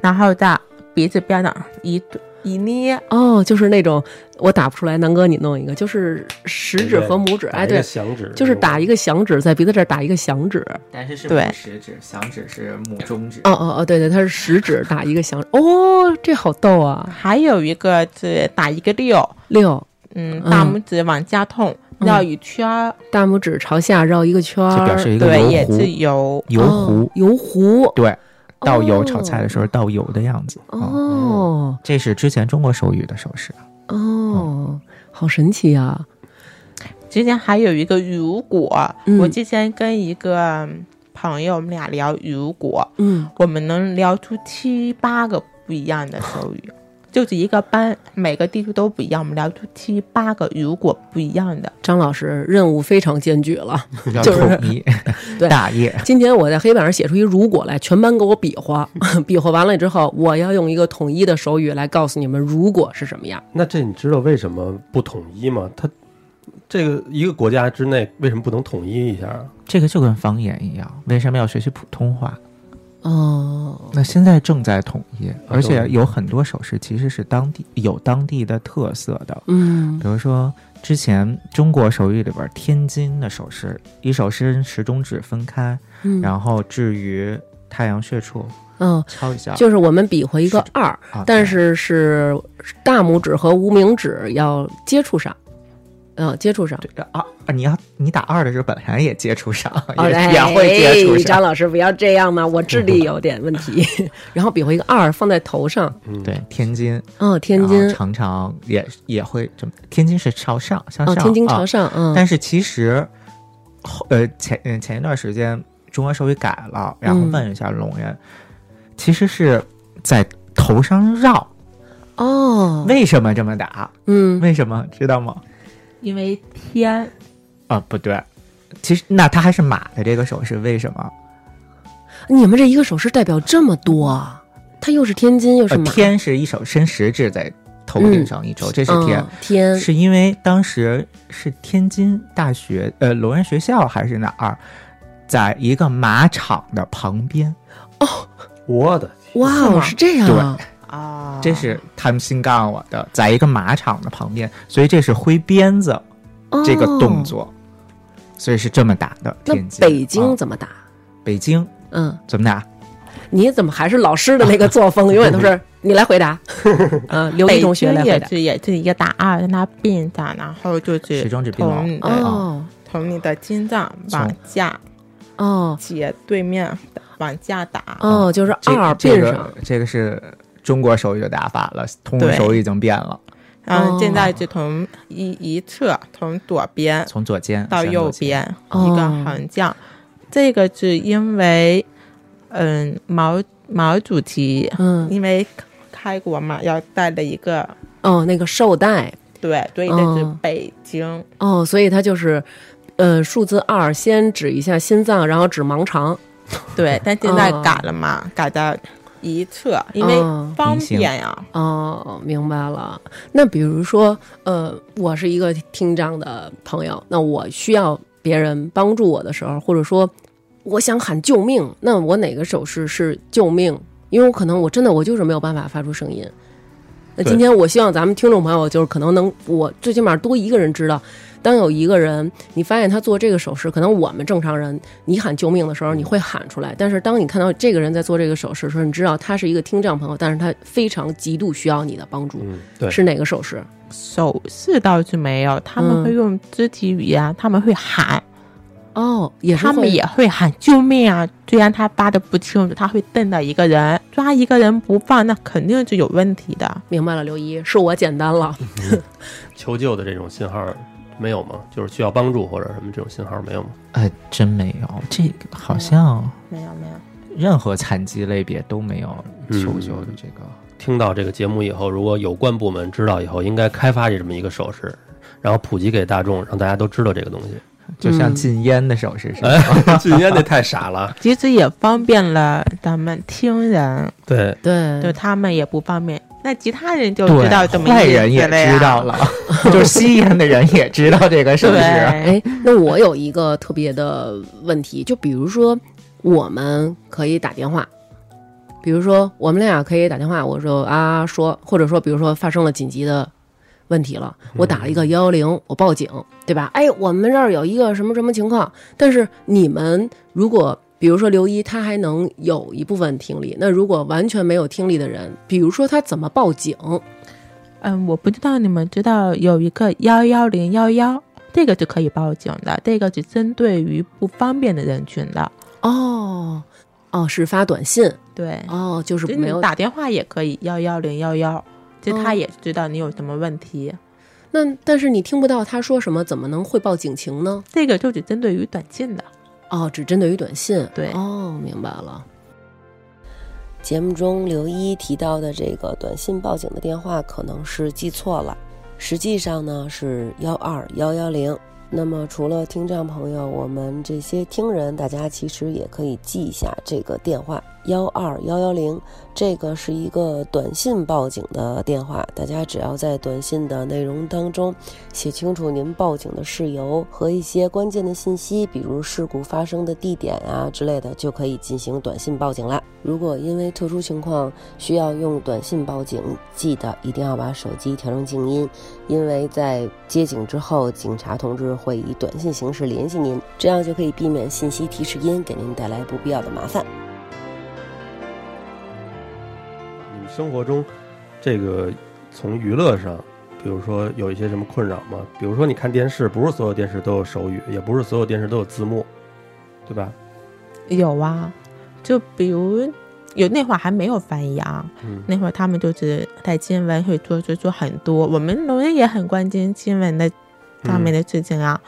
[SPEAKER 4] 然后在鼻子边上一一捏，
[SPEAKER 1] 哦，就是那种我打不出来，南哥你弄一个，就是食指
[SPEAKER 2] 对
[SPEAKER 1] 和拇指，
[SPEAKER 2] 打
[SPEAKER 1] 哎，
[SPEAKER 2] 一个
[SPEAKER 1] 对，
[SPEAKER 2] 响指
[SPEAKER 1] 就是打一个响指，在鼻子这儿打一个响指。
[SPEAKER 3] 但是是
[SPEAKER 4] 对
[SPEAKER 3] 拇食指，响指是拇中指。
[SPEAKER 1] 哦哦哦，对对，它是食指打一个响指。哦，这好逗啊！
[SPEAKER 4] 还有一个是打一个六，
[SPEAKER 1] 六，
[SPEAKER 4] 嗯，
[SPEAKER 1] 嗯
[SPEAKER 4] 大拇指往下痛，
[SPEAKER 1] 嗯
[SPEAKER 4] 绕一圈儿，
[SPEAKER 1] 大拇指朝下绕一个圈儿，
[SPEAKER 3] 这表示一个
[SPEAKER 4] 对，
[SPEAKER 3] 油
[SPEAKER 4] 也
[SPEAKER 3] 壶
[SPEAKER 4] 是，油。
[SPEAKER 3] 油
[SPEAKER 1] 哦
[SPEAKER 3] 壶，
[SPEAKER 1] 油壶。
[SPEAKER 3] 对，倒油炒
[SPEAKER 1] 哦
[SPEAKER 3] 菜的时候倒油的样子。嗯，
[SPEAKER 1] 哦
[SPEAKER 3] 这是之前中国手语的手势。嗯
[SPEAKER 1] 哦，好神奇啊！
[SPEAKER 4] 之前还有一个如果，
[SPEAKER 1] 嗯
[SPEAKER 4] 我之前跟一个朋友，我们俩聊如果，
[SPEAKER 1] 嗯，
[SPEAKER 4] 我们能聊出七八个不一样的手语。 就是一个班，每个地区都不一样，我们聊出七八个如果不一样的。
[SPEAKER 1] 张老师任务非常艰巨了。
[SPEAKER 3] 要
[SPEAKER 1] 就是
[SPEAKER 3] 统一
[SPEAKER 1] 对
[SPEAKER 3] 大业。
[SPEAKER 1] 今天我在黑板上写出一“如果”来，全班给我比 划，比划完了之后，我要用一个统一的手语来告诉你们“如果”是什么样。
[SPEAKER 2] 那这你知道为什么不统一吗？它这个一个国家之内为什么不能统一一下？
[SPEAKER 3] 这个就跟方言一样，为什么要学习普通话？
[SPEAKER 1] 哦，
[SPEAKER 3] 那现在正在统一，而且
[SPEAKER 2] 对
[SPEAKER 3] 有很多手势其实是当地有当地的特色的，
[SPEAKER 1] 嗯
[SPEAKER 3] 比如说之前中国手语里边天津的手势，一手伸食中指分开，
[SPEAKER 1] 嗯，
[SPEAKER 3] 然后置于太阳穴处
[SPEAKER 1] 嗯，
[SPEAKER 3] 敲一下，
[SPEAKER 1] 就是我们比划一个
[SPEAKER 3] 是
[SPEAKER 1] 二
[SPEAKER 3] 啊，
[SPEAKER 1] 但是是大拇指和无名指要接触上，嗯，接触上。
[SPEAKER 3] 对这二、啊，你要你打二的时候本来也 接触上，
[SPEAKER 1] 哦
[SPEAKER 3] 也、
[SPEAKER 1] 哎
[SPEAKER 3] 也会接触
[SPEAKER 1] 张
[SPEAKER 3] 上，
[SPEAKER 1] 老师不要这样嘛，我智力有点问题。 然后比划一个二放在头上，
[SPEAKER 2] 嗯，
[SPEAKER 3] 对，天津，
[SPEAKER 1] 嗯，天
[SPEAKER 3] 然
[SPEAKER 1] 津
[SPEAKER 3] 后，常常也也会这么，天津是朝上向
[SPEAKER 1] 哦，
[SPEAKER 3] 上，
[SPEAKER 1] 天津朝
[SPEAKER 3] 啊
[SPEAKER 1] 上，嗯
[SPEAKER 3] 但是其实后呃前呃前一段时间中国手语改了，然后
[SPEAKER 1] 嗯
[SPEAKER 3] 问一下龙人，其实是在头上绕，
[SPEAKER 1] 哦，
[SPEAKER 3] 为什么这么打？
[SPEAKER 1] 嗯，
[SPEAKER 3] 为什么知道吗？
[SPEAKER 4] 因为天
[SPEAKER 3] 啊，不对，其实那它还是马的这个手势，为什么？
[SPEAKER 1] 你们这一个手势代表这么多啊，它又是天津又是
[SPEAKER 3] 呃，
[SPEAKER 1] 马，
[SPEAKER 3] 天是一手伸食指在头顶上一周，这是天
[SPEAKER 1] 嗯。天，
[SPEAKER 3] 是因为当时是天津大学，呃，聋人学校还是哪儿，在一个马场的旁边，
[SPEAKER 2] 我的天
[SPEAKER 1] 哇
[SPEAKER 4] 是
[SPEAKER 1] 哦，
[SPEAKER 4] 吗
[SPEAKER 1] 是这样啊，
[SPEAKER 4] 啊，
[SPEAKER 3] 这是他们新告诉我的，在一个马场的旁边，所以这是挥鞭子
[SPEAKER 1] 哦
[SPEAKER 3] 这个动。作，所以是这么打的。
[SPEAKER 1] 那
[SPEAKER 3] 天津
[SPEAKER 1] 北京
[SPEAKER 3] 啊
[SPEAKER 1] 怎么打？
[SPEAKER 3] 北京
[SPEAKER 1] 嗯，
[SPEAKER 3] 怎么打？
[SPEAKER 1] 你怎么还是老师的那个作 风？永远都是你来回答，啊，刘
[SPEAKER 4] 北
[SPEAKER 1] 毅
[SPEAKER 4] 京
[SPEAKER 1] 同学来回
[SPEAKER 4] 也
[SPEAKER 1] 答。
[SPEAKER 4] 是也是一个打二，让它并上，然后就是
[SPEAKER 3] 始终指并
[SPEAKER 4] 从
[SPEAKER 3] 拢
[SPEAKER 4] 你的
[SPEAKER 1] 哦
[SPEAKER 4] 从你的心脏往
[SPEAKER 3] 从
[SPEAKER 4] 下
[SPEAKER 3] 啊
[SPEAKER 1] 哦
[SPEAKER 4] 斜对面往下打，
[SPEAKER 1] 哦，就是
[SPEAKER 3] 这
[SPEAKER 1] 二
[SPEAKER 3] 这
[SPEAKER 1] 并上
[SPEAKER 3] 个这个是中国手语的打法了，通用
[SPEAKER 4] 对
[SPEAKER 3] 手语已经变了，
[SPEAKER 4] 然后现在
[SPEAKER 1] 哦
[SPEAKER 4] 就从一一侧从左边
[SPEAKER 3] 从左肩
[SPEAKER 4] 到右，边
[SPEAKER 1] 哦
[SPEAKER 4] 一个横向，这个是因为嗯毛毛主席
[SPEAKER 1] 嗯
[SPEAKER 4] 因为开国嘛，要带了一个
[SPEAKER 1] 哦，那个绶带
[SPEAKER 4] 对，所以这是
[SPEAKER 1] 哦
[SPEAKER 4] 北京。
[SPEAKER 1] 哦，所以它就是，呃，数字二先指一下心脏，然后指盲肠。
[SPEAKER 4] 嗯对，但现在
[SPEAKER 1] 哦
[SPEAKER 4] 嗯改了嘛，改到一侧，因为
[SPEAKER 1] 嗯
[SPEAKER 4] 方
[SPEAKER 3] 明显
[SPEAKER 4] 便呀、
[SPEAKER 1] 哦，明白了。那比如说，呃，我是一个听障的朋友，那我需要别人帮助我的时候，或者说我想喊救命，那我哪个手势是救命？因为我可能我真的我就是没有办法发出声音。那今
[SPEAKER 2] 对
[SPEAKER 1] 天我希望咱们听众朋友就是可能能，我最起码多一个人知道，当有一个人你发现他做这个手势，可能我们正常人你喊救命的时候你会喊出来，但是当你看到这个人在做这个手势的时候，你知道他是一个听障朋友，但是他非常极度需要你的帮助，
[SPEAKER 2] 嗯，对，
[SPEAKER 1] 是哪个手势？
[SPEAKER 4] 手势倒是没有，他们
[SPEAKER 1] 嗯
[SPEAKER 4] 会用肢体语言，他们会喊，
[SPEAKER 1] 哦，也是
[SPEAKER 4] 他们
[SPEAKER 1] 会
[SPEAKER 4] 也嗯会喊救命啊！虽然他发的不清楚，他会瞪着一个人，抓一个人不放，那肯定是有问题的。
[SPEAKER 1] 明白了。刘一，是我简单了。
[SPEAKER 2] 求救的这种信号没有吗？就是需要帮助或者什么这种信号没有吗？
[SPEAKER 3] 呃，真没有，这个好像
[SPEAKER 4] 没有没有，
[SPEAKER 3] 任何残疾类别都没有求救的这个。
[SPEAKER 2] 听到这个节目以后，如果有关部门知道以后，应该开发这么一个手势，然后普及给大众，让大家都知道这个东西。
[SPEAKER 3] 就像
[SPEAKER 1] 嗯
[SPEAKER 3] 禁烟的手势似的，
[SPEAKER 2] 哎， 今天那太傻了。
[SPEAKER 4] 其实也方便了咱们听人，
[SPEAKER 2] 对，
[SPEAKER 1] 对
[SPEAKER 4] 就他们也不方便。那其他人就知道
[SPEAKER 3] 对，
[SPEAKER 4] 怎么
[SPEAKER 3] 坏人也知道
[SPEAKER 4] 了。
[SPEAKER 3] 了， 就是吸烟的人也知道这个啊手势。
[SPEAKER 4] 对，
[SPEAKER 1] 哎，那我有一个特别的问题，就比如说，我们可以打电话，比如说我们俩可以打电话，我说啊说，或者说比如说发生了紧急的问题了，我打了一个幺幺零，我报警，对吧？哎，我们这儿有一个什么什么情况，但是你们如果。比如说刘一，他还能有一部分听力。那如果完全没有听力的人，比如说他怎么报警？
[SPEAKER 4] 嗯，我不知道你们知道有一个幺幺零幺幺，这个是可以报警的，这个是针对于不方便的人群的。
[SPEAKER 1] 哦，哦，是发短信
[SPEAKER 4] 对，
[SPEAKER 1] 哦，就是
[SPEAKER 4] 就是
[SPEAKER 1] 没有
[SPEAKER 4] 你打电话也可以幺幺零幺幺，就
[SPEAKER 1] 哦
[SPEAKER 4] 他也知道你有什么问题。
[SPEAKER 1] 那但是你听不到他说什么，怎么能汇报警情呢？
[SPEAKER 4] 这个就只针对于短信的。
[SPEAKER 1] 哦，只针对于短信。
[SPEAKER 4] 对
[SPEAKER 1] 哦，明白了。
[SPEAKER 5] 节目中刘一提到的这个短信报警的电话可能是记错了，实际上呢是幺二幺幺零。那么除了听障朋友，我们这些听人，大家其实也可以记一下这个电话幺二幺幺零，这个是一个短信报警的电话，大家只要在短信的内容当中写清楚您报警的事由和一些关键的信息，比如事故发生的地点啊之类的，就可以进行短信报警啦。如果因为特殊情况需要用短信报警，记得一定要把手机调成静音，因为在接警之后，警察同志会以短信形式联系您，这样就可以避免信息提示音给您带来不必要的麻烦。
[SPEAKER 2] 你们生活中这个从娱乐上，比如说有一些什么困扰吗？比如说你看电视，不是所有电视都有手语，也不是所有电视都有字幕，对吧？
[SPEAKER 4] 有啊，就比如有那会儿还没有翻译啊，
[SPEAKER 2] 嗯，
[SPEAKER 4] 那会儿他们就是在新闻会做做做很多，我们农业也很关心新闻的上面的事情啊，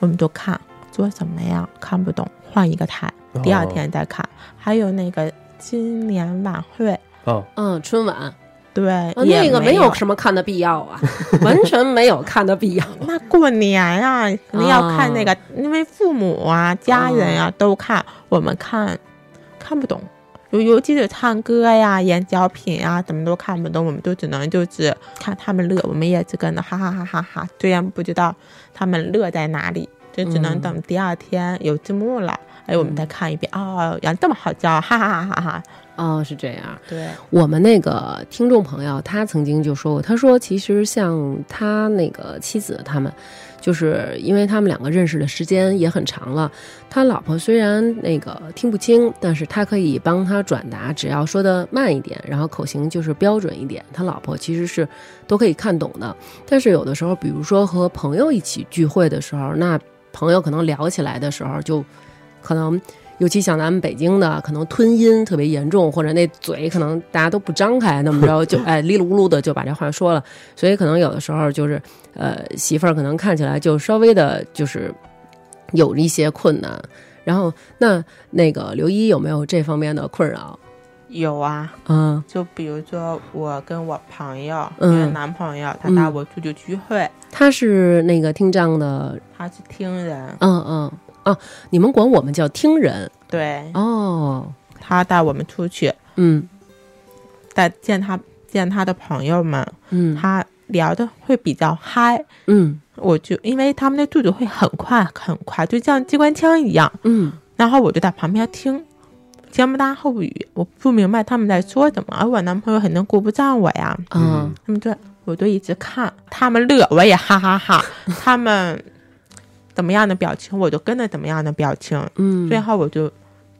[SPEAKER 4] 我们就看做什么呀，看不懂换一个台，
[SPEAKER 2] 哦
[SPEAKER 4] 第二天再看。还有那个新年晚会，
[SPEAKER 2] 哦，
[SPEAKER 1] 嗯，春晚 啊，
[SPEAKER 4] 对，也
[SPEAKER 1] 那个
[SPEAKER 4] 没
[SPEAKER 1] 有什么看的必要啊， 完全没有看的必要。
[SPEAKER 4] 那过年呀、肯定要
[SPEAKER 1] 哦
[SPEAKER 4] 看那个，因为父母啊、家人啊、都看，我们看看不懂，尤尤其是唱歌呀、演小品啊，怎么都看不懂，我们就只能就是看他们乐，我们也只跟着哈哈哈哈哈，虽然不知道他们乐在哪里，就只能
[SPEAKER 1] 嗯
[SPEAKER 4] 等第二天有字幕了，哎，我们再看一遍，哦，原来这么好笑，哈哈哈哈哈，
[SPEAKER 1] 哦，是这样。
[SPEAKER 4] 对，
[SPEAKER 1] 我们那个听众朋友，他曾经就说过，他说其实像他那个妻子他们，就是因为他们两个认识的时间也很长了，他老婆虽然那个听不清，但是他可以帮他转达，只要说的慢一点，然后口型就是标准一点，他老婆其实是都可以看懂的。但是有的时候，比如说和朋友一起聚会的时候，那朋友可能聊起来的时候就可能尤其像咱们北京的，可能吞音特别严重，或者那嘴可能大家都不张开，那么着就哎哩噜噜的就把这话说了，所以可能有的时候就是呃媳妇儿可能看起来就稍微的就是呃有一些困难。然后那那个刘一有没有这方面的困扰？
[SPEAKER 4] 有啊，
[SPEAKER 1] 嗯
[SPEAKER 4] 就比如说我跟我朋友，
[SPEAKER 1] 嗯
[SPEAKER 4] 因为男朋友他带
[SPEAKER 1] 嗯
[SPEAKER 4] 我出去聚会。
[SPEAKER 1] 他是那个听障的，
[SPEAKER 4] 他是听人，
[SPEAKER 1] 嗯嗯啊，你们管我们叫听人
[SPEAKER 4] 对
[SPEAKER 1] 哦，
[SPEAKER 4] 他带我们出去，
[SPEAKER 1] 嗯
[SPEAKER 4] 在见他见他的朋友们，
[SPEAKER 1] 嗯
[SPEAKER 4] 他聊的会比较嗨。
[SPEAKER 1] 嗯
[SPEAKER 4] 我就因为他们的速度会很快很快，就像机关枪一样。
[SPEAKER 1] 嗯
[SPEAKER 4] 然后我就在旁边听，前不搭后语，我不明白他们在说什么。而我男朋友肯定顾不上我呀，
[SPEAKER 1] 啊
[SPEAKER 2] 嗯
[SPEAKER 4] 他们就我就一直看他们乐，我也哈 哈哈他们怎么样的表情，我就跟着怎么样的表情。
[SPEAKER 1] 嗯，
[SPEAKER 4] 最后我就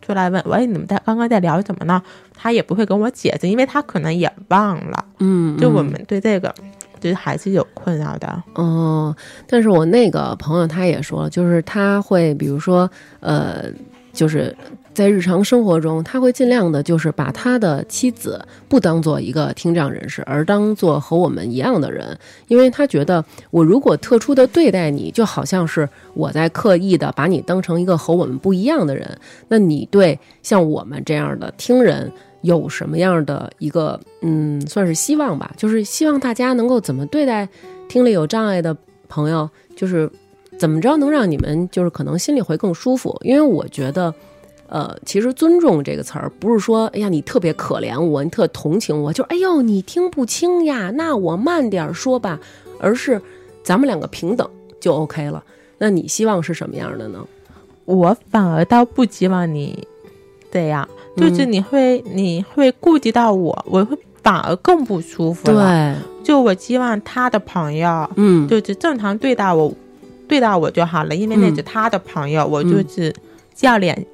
[SPEAKER 4] 出来问：“喂，你们在刚刚在聊什么呢？”他也不会跟我解释，因为他可能也忘了。
[SPEAKER 1] 嗯，
[SPEAKER 4] 就我
[SPEAKER 1] 嗯
[SPEAKER 4] 们对这个，就是还是有困扰的。
[SPEAKER 1] 哦，但是我那个朋友他也说了，就是他会比如说呃，就是在日常生活中，他会尽量的，就是把他的妻子不当做一个听障人士，而当做和我们一样的人，因为他觉得我如果特殊的对待你，就好像是我在刻意的把你当成一个和我们不一样的人，那你对像我们这样的听人。有什么样的一个嗯，算是希望吧，就是希望大家能够怎么对待听力有障碍的朋友，就是怎么着能让你们就是可能心里会更舒服？因为我觉得，呃，其实“尊重”这个词儿不是说，哎呀，你特别可怜我，你特同情我，就是哎呦你听不清呀，那我慢点儿说吧，而是咱们两个平等就 OK 了。那你希望是什么样的呢？
[SPEAKER 4] 我反而倒不希望你这样，
[SPEAKER 1] 嗯
[SPEAKER 4] 就是你会、你会顾及到我，我会反而更不舒服了。就我希望他的朋友
[SPEAKER 1] 嗯，
[SPEAKER 4] 就是正常啊对待我，对待我就好了，因为那
[SPEAKER 1] 嗯
[SPEAKER 4] 是他的朋友，我就是笑脸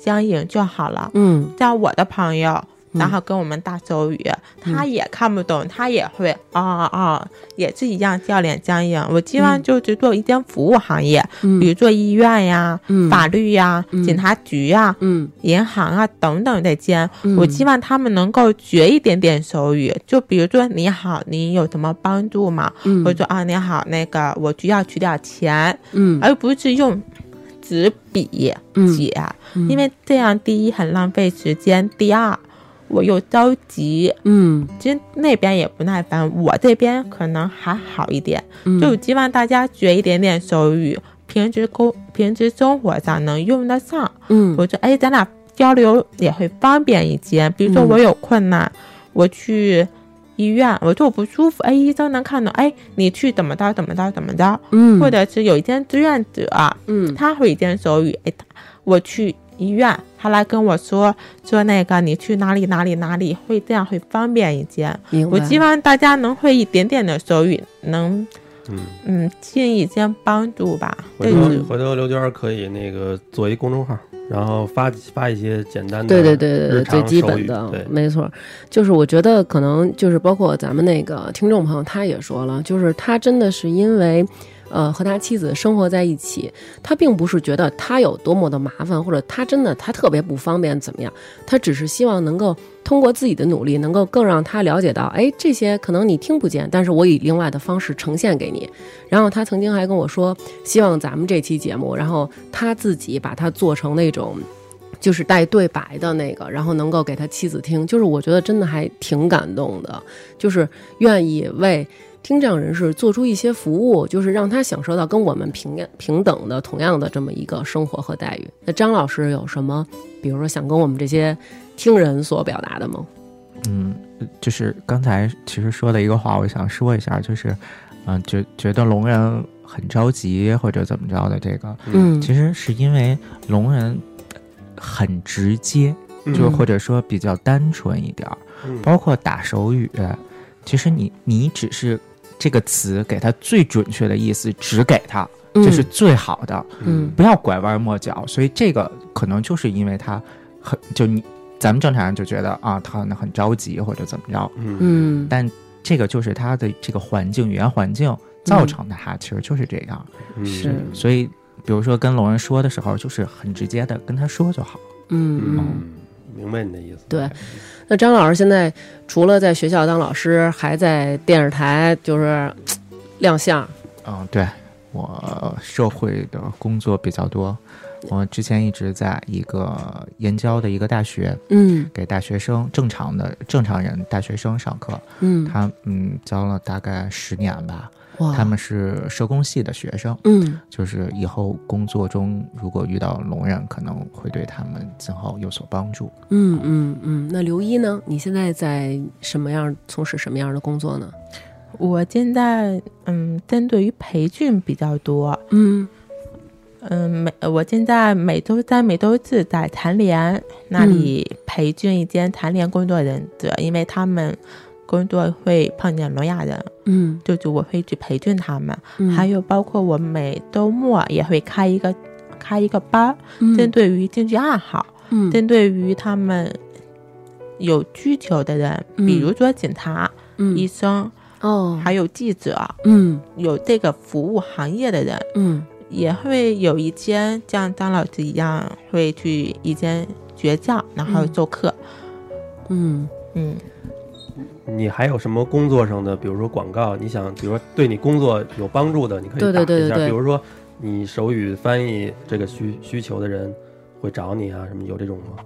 [SPEAKER 4] 相迎就好了。
[SPEAKER 1] 嗯，
[SPEAKER 4] 像我的朋友，
[SPEAKER 1] 嗯
[SPEAKER 4] 然后跟我们大手语，
[SPEAKER 1] 嗯
[SPEAKER 4] 他也看不懂，他也会啊啊啊，也是一样笑脸相迎。我希望
[SPEAKER 1] 嗯
[SPEAKER 4] 就是做一间服务行业，
[SPEAKER 1] 嗯，
[SPEAKER 4] 比如做医院呀、
[SPEAKER 1] 嗯
[SPEAKER 4] 法律呀、
[SPEAKER 1] 嗯
[SPEAKER 4] 警察局呀、
[SPEAKER 1] 嗯，
[SPEAKER 4] 银行啊等等这间，
[SPEAKER 1] 嗯
[SPEAKER 4] 我希望他们能够学一点点手语。就比如说你好，你有什么帮助吗？
[SPEAKER 1] 嗯
[SPEAKER 4] 我说啊你好，那个我需要取点钱，
[SPEAKER 1] 嗯
[SPEAKER 4] 而不是用纸笔
[SPEAKER 1] 嗯
[SPEAKER 4] 写，啊
[SPEAKER 1] 嗯
[SPEAKER 4] 因为这样第一很浪费时间，第二我又着急。
[SPEAKER 1] 嗯
[SPEAKER 4] 其实那边也不耐烦，我这边可能还好一点，
[SPEAKER 1] 嗯
[SPEAKER 4] 就希望大家学一点点手语，平时工平时生活上能用得上。
[SPEAKER 1] 嗯
[SPEAKER 4] 我说，哎，咱俩交流也会方便一些。比如说
[SPEAKER 1] 嗯
[SPEAKER 4] 我有困难，我去医院，我说我不舒服，哎，医生能看懂，哎，你去怎么着怎么着怎么着，
[SPEAKER 1] 嗯
[SPEAKER 4] 或者是有一间志愿者，
[SPEAKER 1] 嗯
[SPEAKER 4] 他会一间手语，哎，他我去医院，他来跟我说说那个你去哪里哪里哪里，会这样会方便一些。
[SPEAKER 1] 明白
[SPEAKER 4] 我希望大家能会一点点的手语，能
[SPEAKER 2] 嗯，
[SPEAKER 4] 嗯尽一些帮助吧。
[SPEAKER 2] 回
[SPEAKER 4] 这
[SPEAKER 2] 头
[SPEAKER 4] 是
[SPEAKER 2] 回头刘娟儿可以那个做一公众号，然后发发一些简单的
[SPEAKER 1] 对对对对对，
[SPEAKER 2] 日
[SPEAKER 1] 最
[SPEAKER 2] 常
[SPEAKER 1] 基
[SPEAKER 2] 手
[SPEAKER 1] 本
[SPEAKER 2] 语，
[SPEAKER 1] 的
[SPEAKER 2] 对，
[SPEAKER 1] 没错儿。就是我觉得可能就是包括咱们那个听众朋友，他也说了，就是他真的是因为。呃，和他妻子生活在一起，他并不是觉得他有多么的麻烦，或者他真的他特别不方便怎么样，他只是希望能够通过自己的努力，能够更让他了解到，哎，这些可能你听不见，但是我以另外的方式呈现给你。然后他曾经还跟我说，希望咱们这期节目，然后他自己把它做成那种就是带对白的那个，然后能够给他妻子听，就是我觉得真的还挺感动的，就是愿意为听障人士做出一些服务，就是让他享受到跟我们平平等的同样的这么一个生活和待遇。那张老师有什么，比如说想跟我们这些听人所表达的吗？
[SPEAKER 3] 嗯，就是刚才其实说的一个话，我想说一下，就是，嗯、觉觉得聋人很着急或者怎么着的，这个
[SPEAKER 1] 嗯
[SPEAKER 3] 其实是因为聋人很直接，就
[SPEAKER 1] 嗯
[SPEAKER 3] 或者说比较单纯一点儿，
[SPEAKER 2] 嗯
[SPEAKER 3] 包括打手语，其实你你只是这个词给他最准确的意思，只给他，这是最好的。
[SPEAKER 1] 嗯
[SPEAKER 3] 不要拐弯抹角。所以这个可能就是因为他很就你咱们正常人就觉得啊，他可能很着急或者怎么着，
[SPEAKER 2] 嗯
[SPEAKER 1] 嗯
[SPEAKER 3] 但这个就是他的这个环境语言环境造成的哈，其实就是这样。
[SPEAKER 2] 嗯
[SPEAKER 1] 是
[SPEAKER 3] 所以比如说跟聋人说的时候，就是很直接的跟他说就好。
[SPEAKER 1] 嗯嗯
[SPEAKER 2] 嗯，明白你的意思，
[SPEAKER 1] 对那张老师现在除了在学校当老师，还在电视台就是亮相。
[SPEAKER 3] 嗯，对我社会的工作比较多。我之前一直在一个燕郊的一个大学
[SPEAKER 1] 嗯
[SPEAKER 3] 给大学生正常的正常人大学生上课，
[SPEAKER 1] 嗯
[SPEAKER 3] 他嗯教了大概十年吧，
[SPEAKER 1] 哇，
[SPEAKER 3] 他们是社工系的学生，
[SPEAKER 1] 嗯
[SPEAKER 3] 就是以后工作中如果遇到聋人，可能会对他们今后有所帮助。
[SPEAKER 1] 嗯嗯嗯。那刘一呢？你现在在什么样从事什么样的工作呢？
[SPEAKER 4] 我现在嗯，针对于培训比较多，
[SPEAKER 1] 嗯
[SPEAKER 4] 嗯，每我现在每周三、每周四在残联那里
[SPEAKER 1] 嗯
[SPEAKER 4] 培训一间残联工作人者，因为他们工作会碰见聋哑人，
[SPEAKER 1] 嗯，
[SPEAKER 4] 就是我会去培训他们。
[SPEAKER 1] 嗯
[SPEAKER 4] 还有包括我每周末也会开一个开一个班儿，针
[SPEAKER 1] 嗯
[SPEAKER 4] 对于兴趣爱好，
[SPEAKER 1] 嗯
[SPEAKER 4] 针对于他们有需求的人，
[SPEAKER 1] 嗯
[SPEAKER 4] 比如说警察、
[SPEAKER 1] 嗯
[SPEAKER 4] 医生，
[SPEAKER 1] 哦
[SPEAKER 4] 还有记者，
[SPEAKER 1] 嗯
[SPEAKER 4] 有这个服务行业的人，
[SPEAKER 1] 嗯
[SPEAKER 4] 也会有一间像张老师一样会去一间学校，然后授课。
[SPEAKER 1] 嗯
[SPEAKER 4] 嗯，
[SPEAKER 2] 你还有什么工作上的，比如说广告，你想，比如说对你工作有帮助的，你可以
[SPEAKER 1] 对对
[SPEAKER 2] 打
[SPEAKER 1] 对
[SPEAKER 2] 一下
[SPEAKER 1] 对对
[SPEAKER 2] 比如说你手语翻译这个需需求的人会找你啊，什么有这种吗？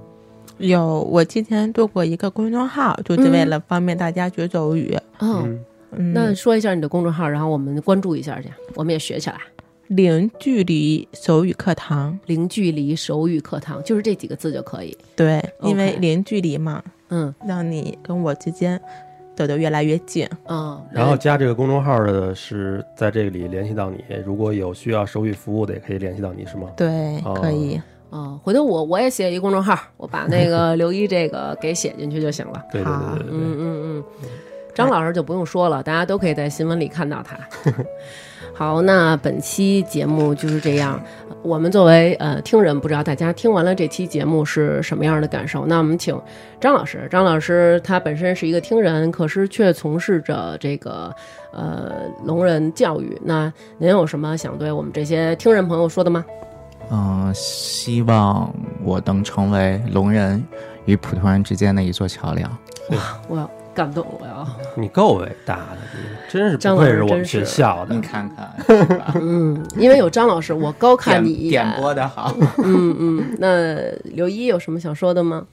[SPEAKER 4] 有我之前做过一个公众号，就是
[SPEAKER 1] 嗯
[SPEAKER 4] 为了方便大家学手语。
[SPEAKER 1] 哦。
[SPEAKER 2] 嗯，
[SPEAKER 4] 嗯，
[SPEAKER 1] 那说一下你的公众号，然后我们关注一下去，我们也学起来。
[SPEAKER 4] 零距离手语课堂，
[SPEAKER 1] 零距离手语课堂就是这几个字就可以。
[SPEAKER 4] 对，因为
[SPEAKER 1] OK
[SPEAKER 4] 零距离嘛，
[SPEAKER 1] 嗯
[SPEAKER 4] 让你跟我之间走得越来越近。
[SPEAKER 1] 嗯，
[SPEAKER 2] 然后加这个公众号的是在这里联系到你，如果有需要手语服务的也可以联系到你，是吗？
[SPEAKER 4] 对，
[SPEAKER 2] 哦
[SPEAKER 4] 可以。
[SPEAKER 1] 哦，回头我我也写一公众号，我把那个刘一这个给写进去就行了。
[SPEAKER 2] 对对对对对对
[SPEAKER 1] 嗯嗯嗯，张老师就不用说了，大家都可以在新闻里看到他。 好，那本期节目就是这样。我们作为呃听人，不知道大家听完了这期节目是什么样的感受？那我们请张老师，张老师他本身是一个听人，可是却从事着这个呃聋人教育。那您有什么想对我们这些听人朋友说的吗？
[SPEAKER 3] 嗯、希望我能成为聋人与普通人之间的一座桥梁。
[SPEAKER 1] 我要感动，我要。
[SPEAKER 2] 你够伟大的，你真是
[SPEAKER 1] 张
[SPEAKER 2] 不
[SPEAKER 1] 老师
[SPEAKER 2] 愧是我
[SPEAKER 1] 真
[SPEAKER 2] 们
[SPEAKER 1] 是
[SPEAKER 2] 学校的
[SPEAKER 3] 你。看看，是吧
[SPEAKER 1] 嗯，因为有张老师，我高看
[SPEAKER 3] 点
[SPEAKER 1] 你一眼。
[SPEAKER 3] 点播的好。
[SPEAKER 1] 嗯嗯，那刘一有什么想说的吗？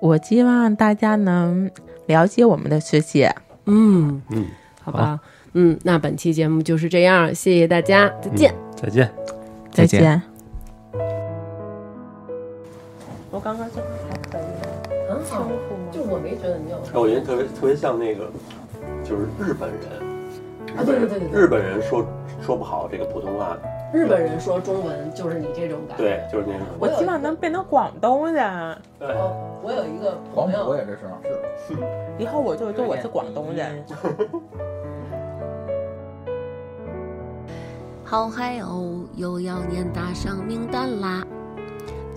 [SPEAKER 4] 我希望大家能了解我们的学姐。
[SPEAKER 1] 嗯，
[SPEAKER 2] 嗯，
[SPEAKER 1] 好吧。嗯，那本期节目就是这样，谢谢大家，再见。
[SPEAKER 2] 嗯再见。
[SPEAKER 3] 再见
[SPEAKER 4] 我刚刚这还可以，
[SPEAKER 1] 很好，就我没觉得你有。
[SPEAKER 2] 哎我觉得特别特别像那个，就是日本人，
[SPEAKER 1] 啊对对对对对
[SPEAKER 2] 日本人说说不好这个普通话，
[SPEAKER 1] 日本人说中文就是你这种感觉。
[SPEAKER 2] 对，就是那种。
[SPEAKER 4] 我希望能变成广东人，
[SPEAKER 2] 对
[SPEAKER 1] 哦，我有一个朋友，
[SPEAKER 3] 也这声。
[SPEAKER 4] 以后我就说我是广东人。
[SPEAKER 6] 好嗨哦，又要念打赏名单啦！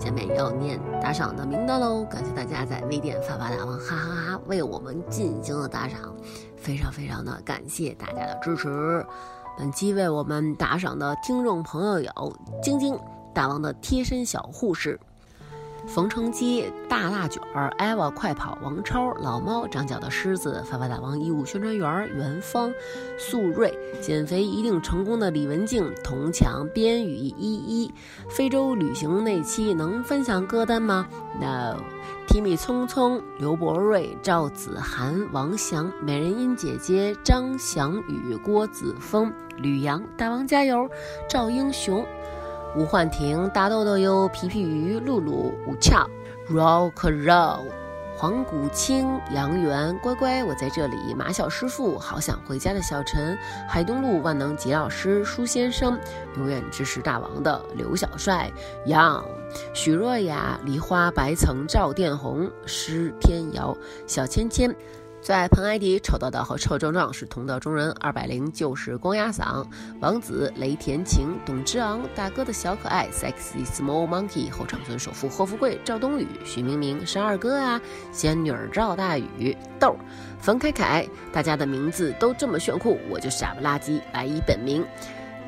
[SPEAKER 6] 下面要念打赏的名单喽，感谢大家在微店发发大王哈哈哈为我们进行了打赏，非常非常的感谢大家的支持。本期为我们打赏的听众朋友有晶晶、大王的贴身小护士、冯承基、大辣卷儿、艾娃快跑、王超、老猫、长脚的狮子、发发大王医务宣传员儿元芳、素瑞、减肥一定成功的李文静、童强、边宇、依依。非洲旅行那期能分享歌单吗？No。提米聪聪、刘博瑞、赵子涵、王翔、美人音姐姐、张翔宇、郭子峰、吕阳、大王加油、赵英雄、吴焕婷、大豆豆哟、皮皮鱼、露露、吴俏、Rock Roll。黄谷清、杨元、乖乖，我在这里。马小师傅，好想回家的小陈，海东路万能杰老师，舒先生，永远支持大王的刘小帅，杨，许若雅，梨花白层赵殿红，施天瑶，小芊芊。在彭艾迪丑道道和臭壮壮是同道中人，二百零就是光鸭嗓，王子雷田晴、董之昂、大哥的小可爱、sexy small monkey、后场村首富霍富贵、赵冬雨、徐明明、山二哥啊、仙女儿赵大宇、豆儿、冯凯凯，大家的名字都这么炫酷，我就傻不拉几来以本名。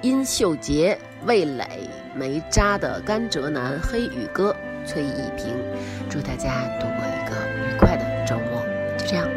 [SPEAKER 6] 殷秀杰、味蕾、没渣的甘蔗男、黑羽哥、崔一平，祝大家度过一个愉快的周末。就这样，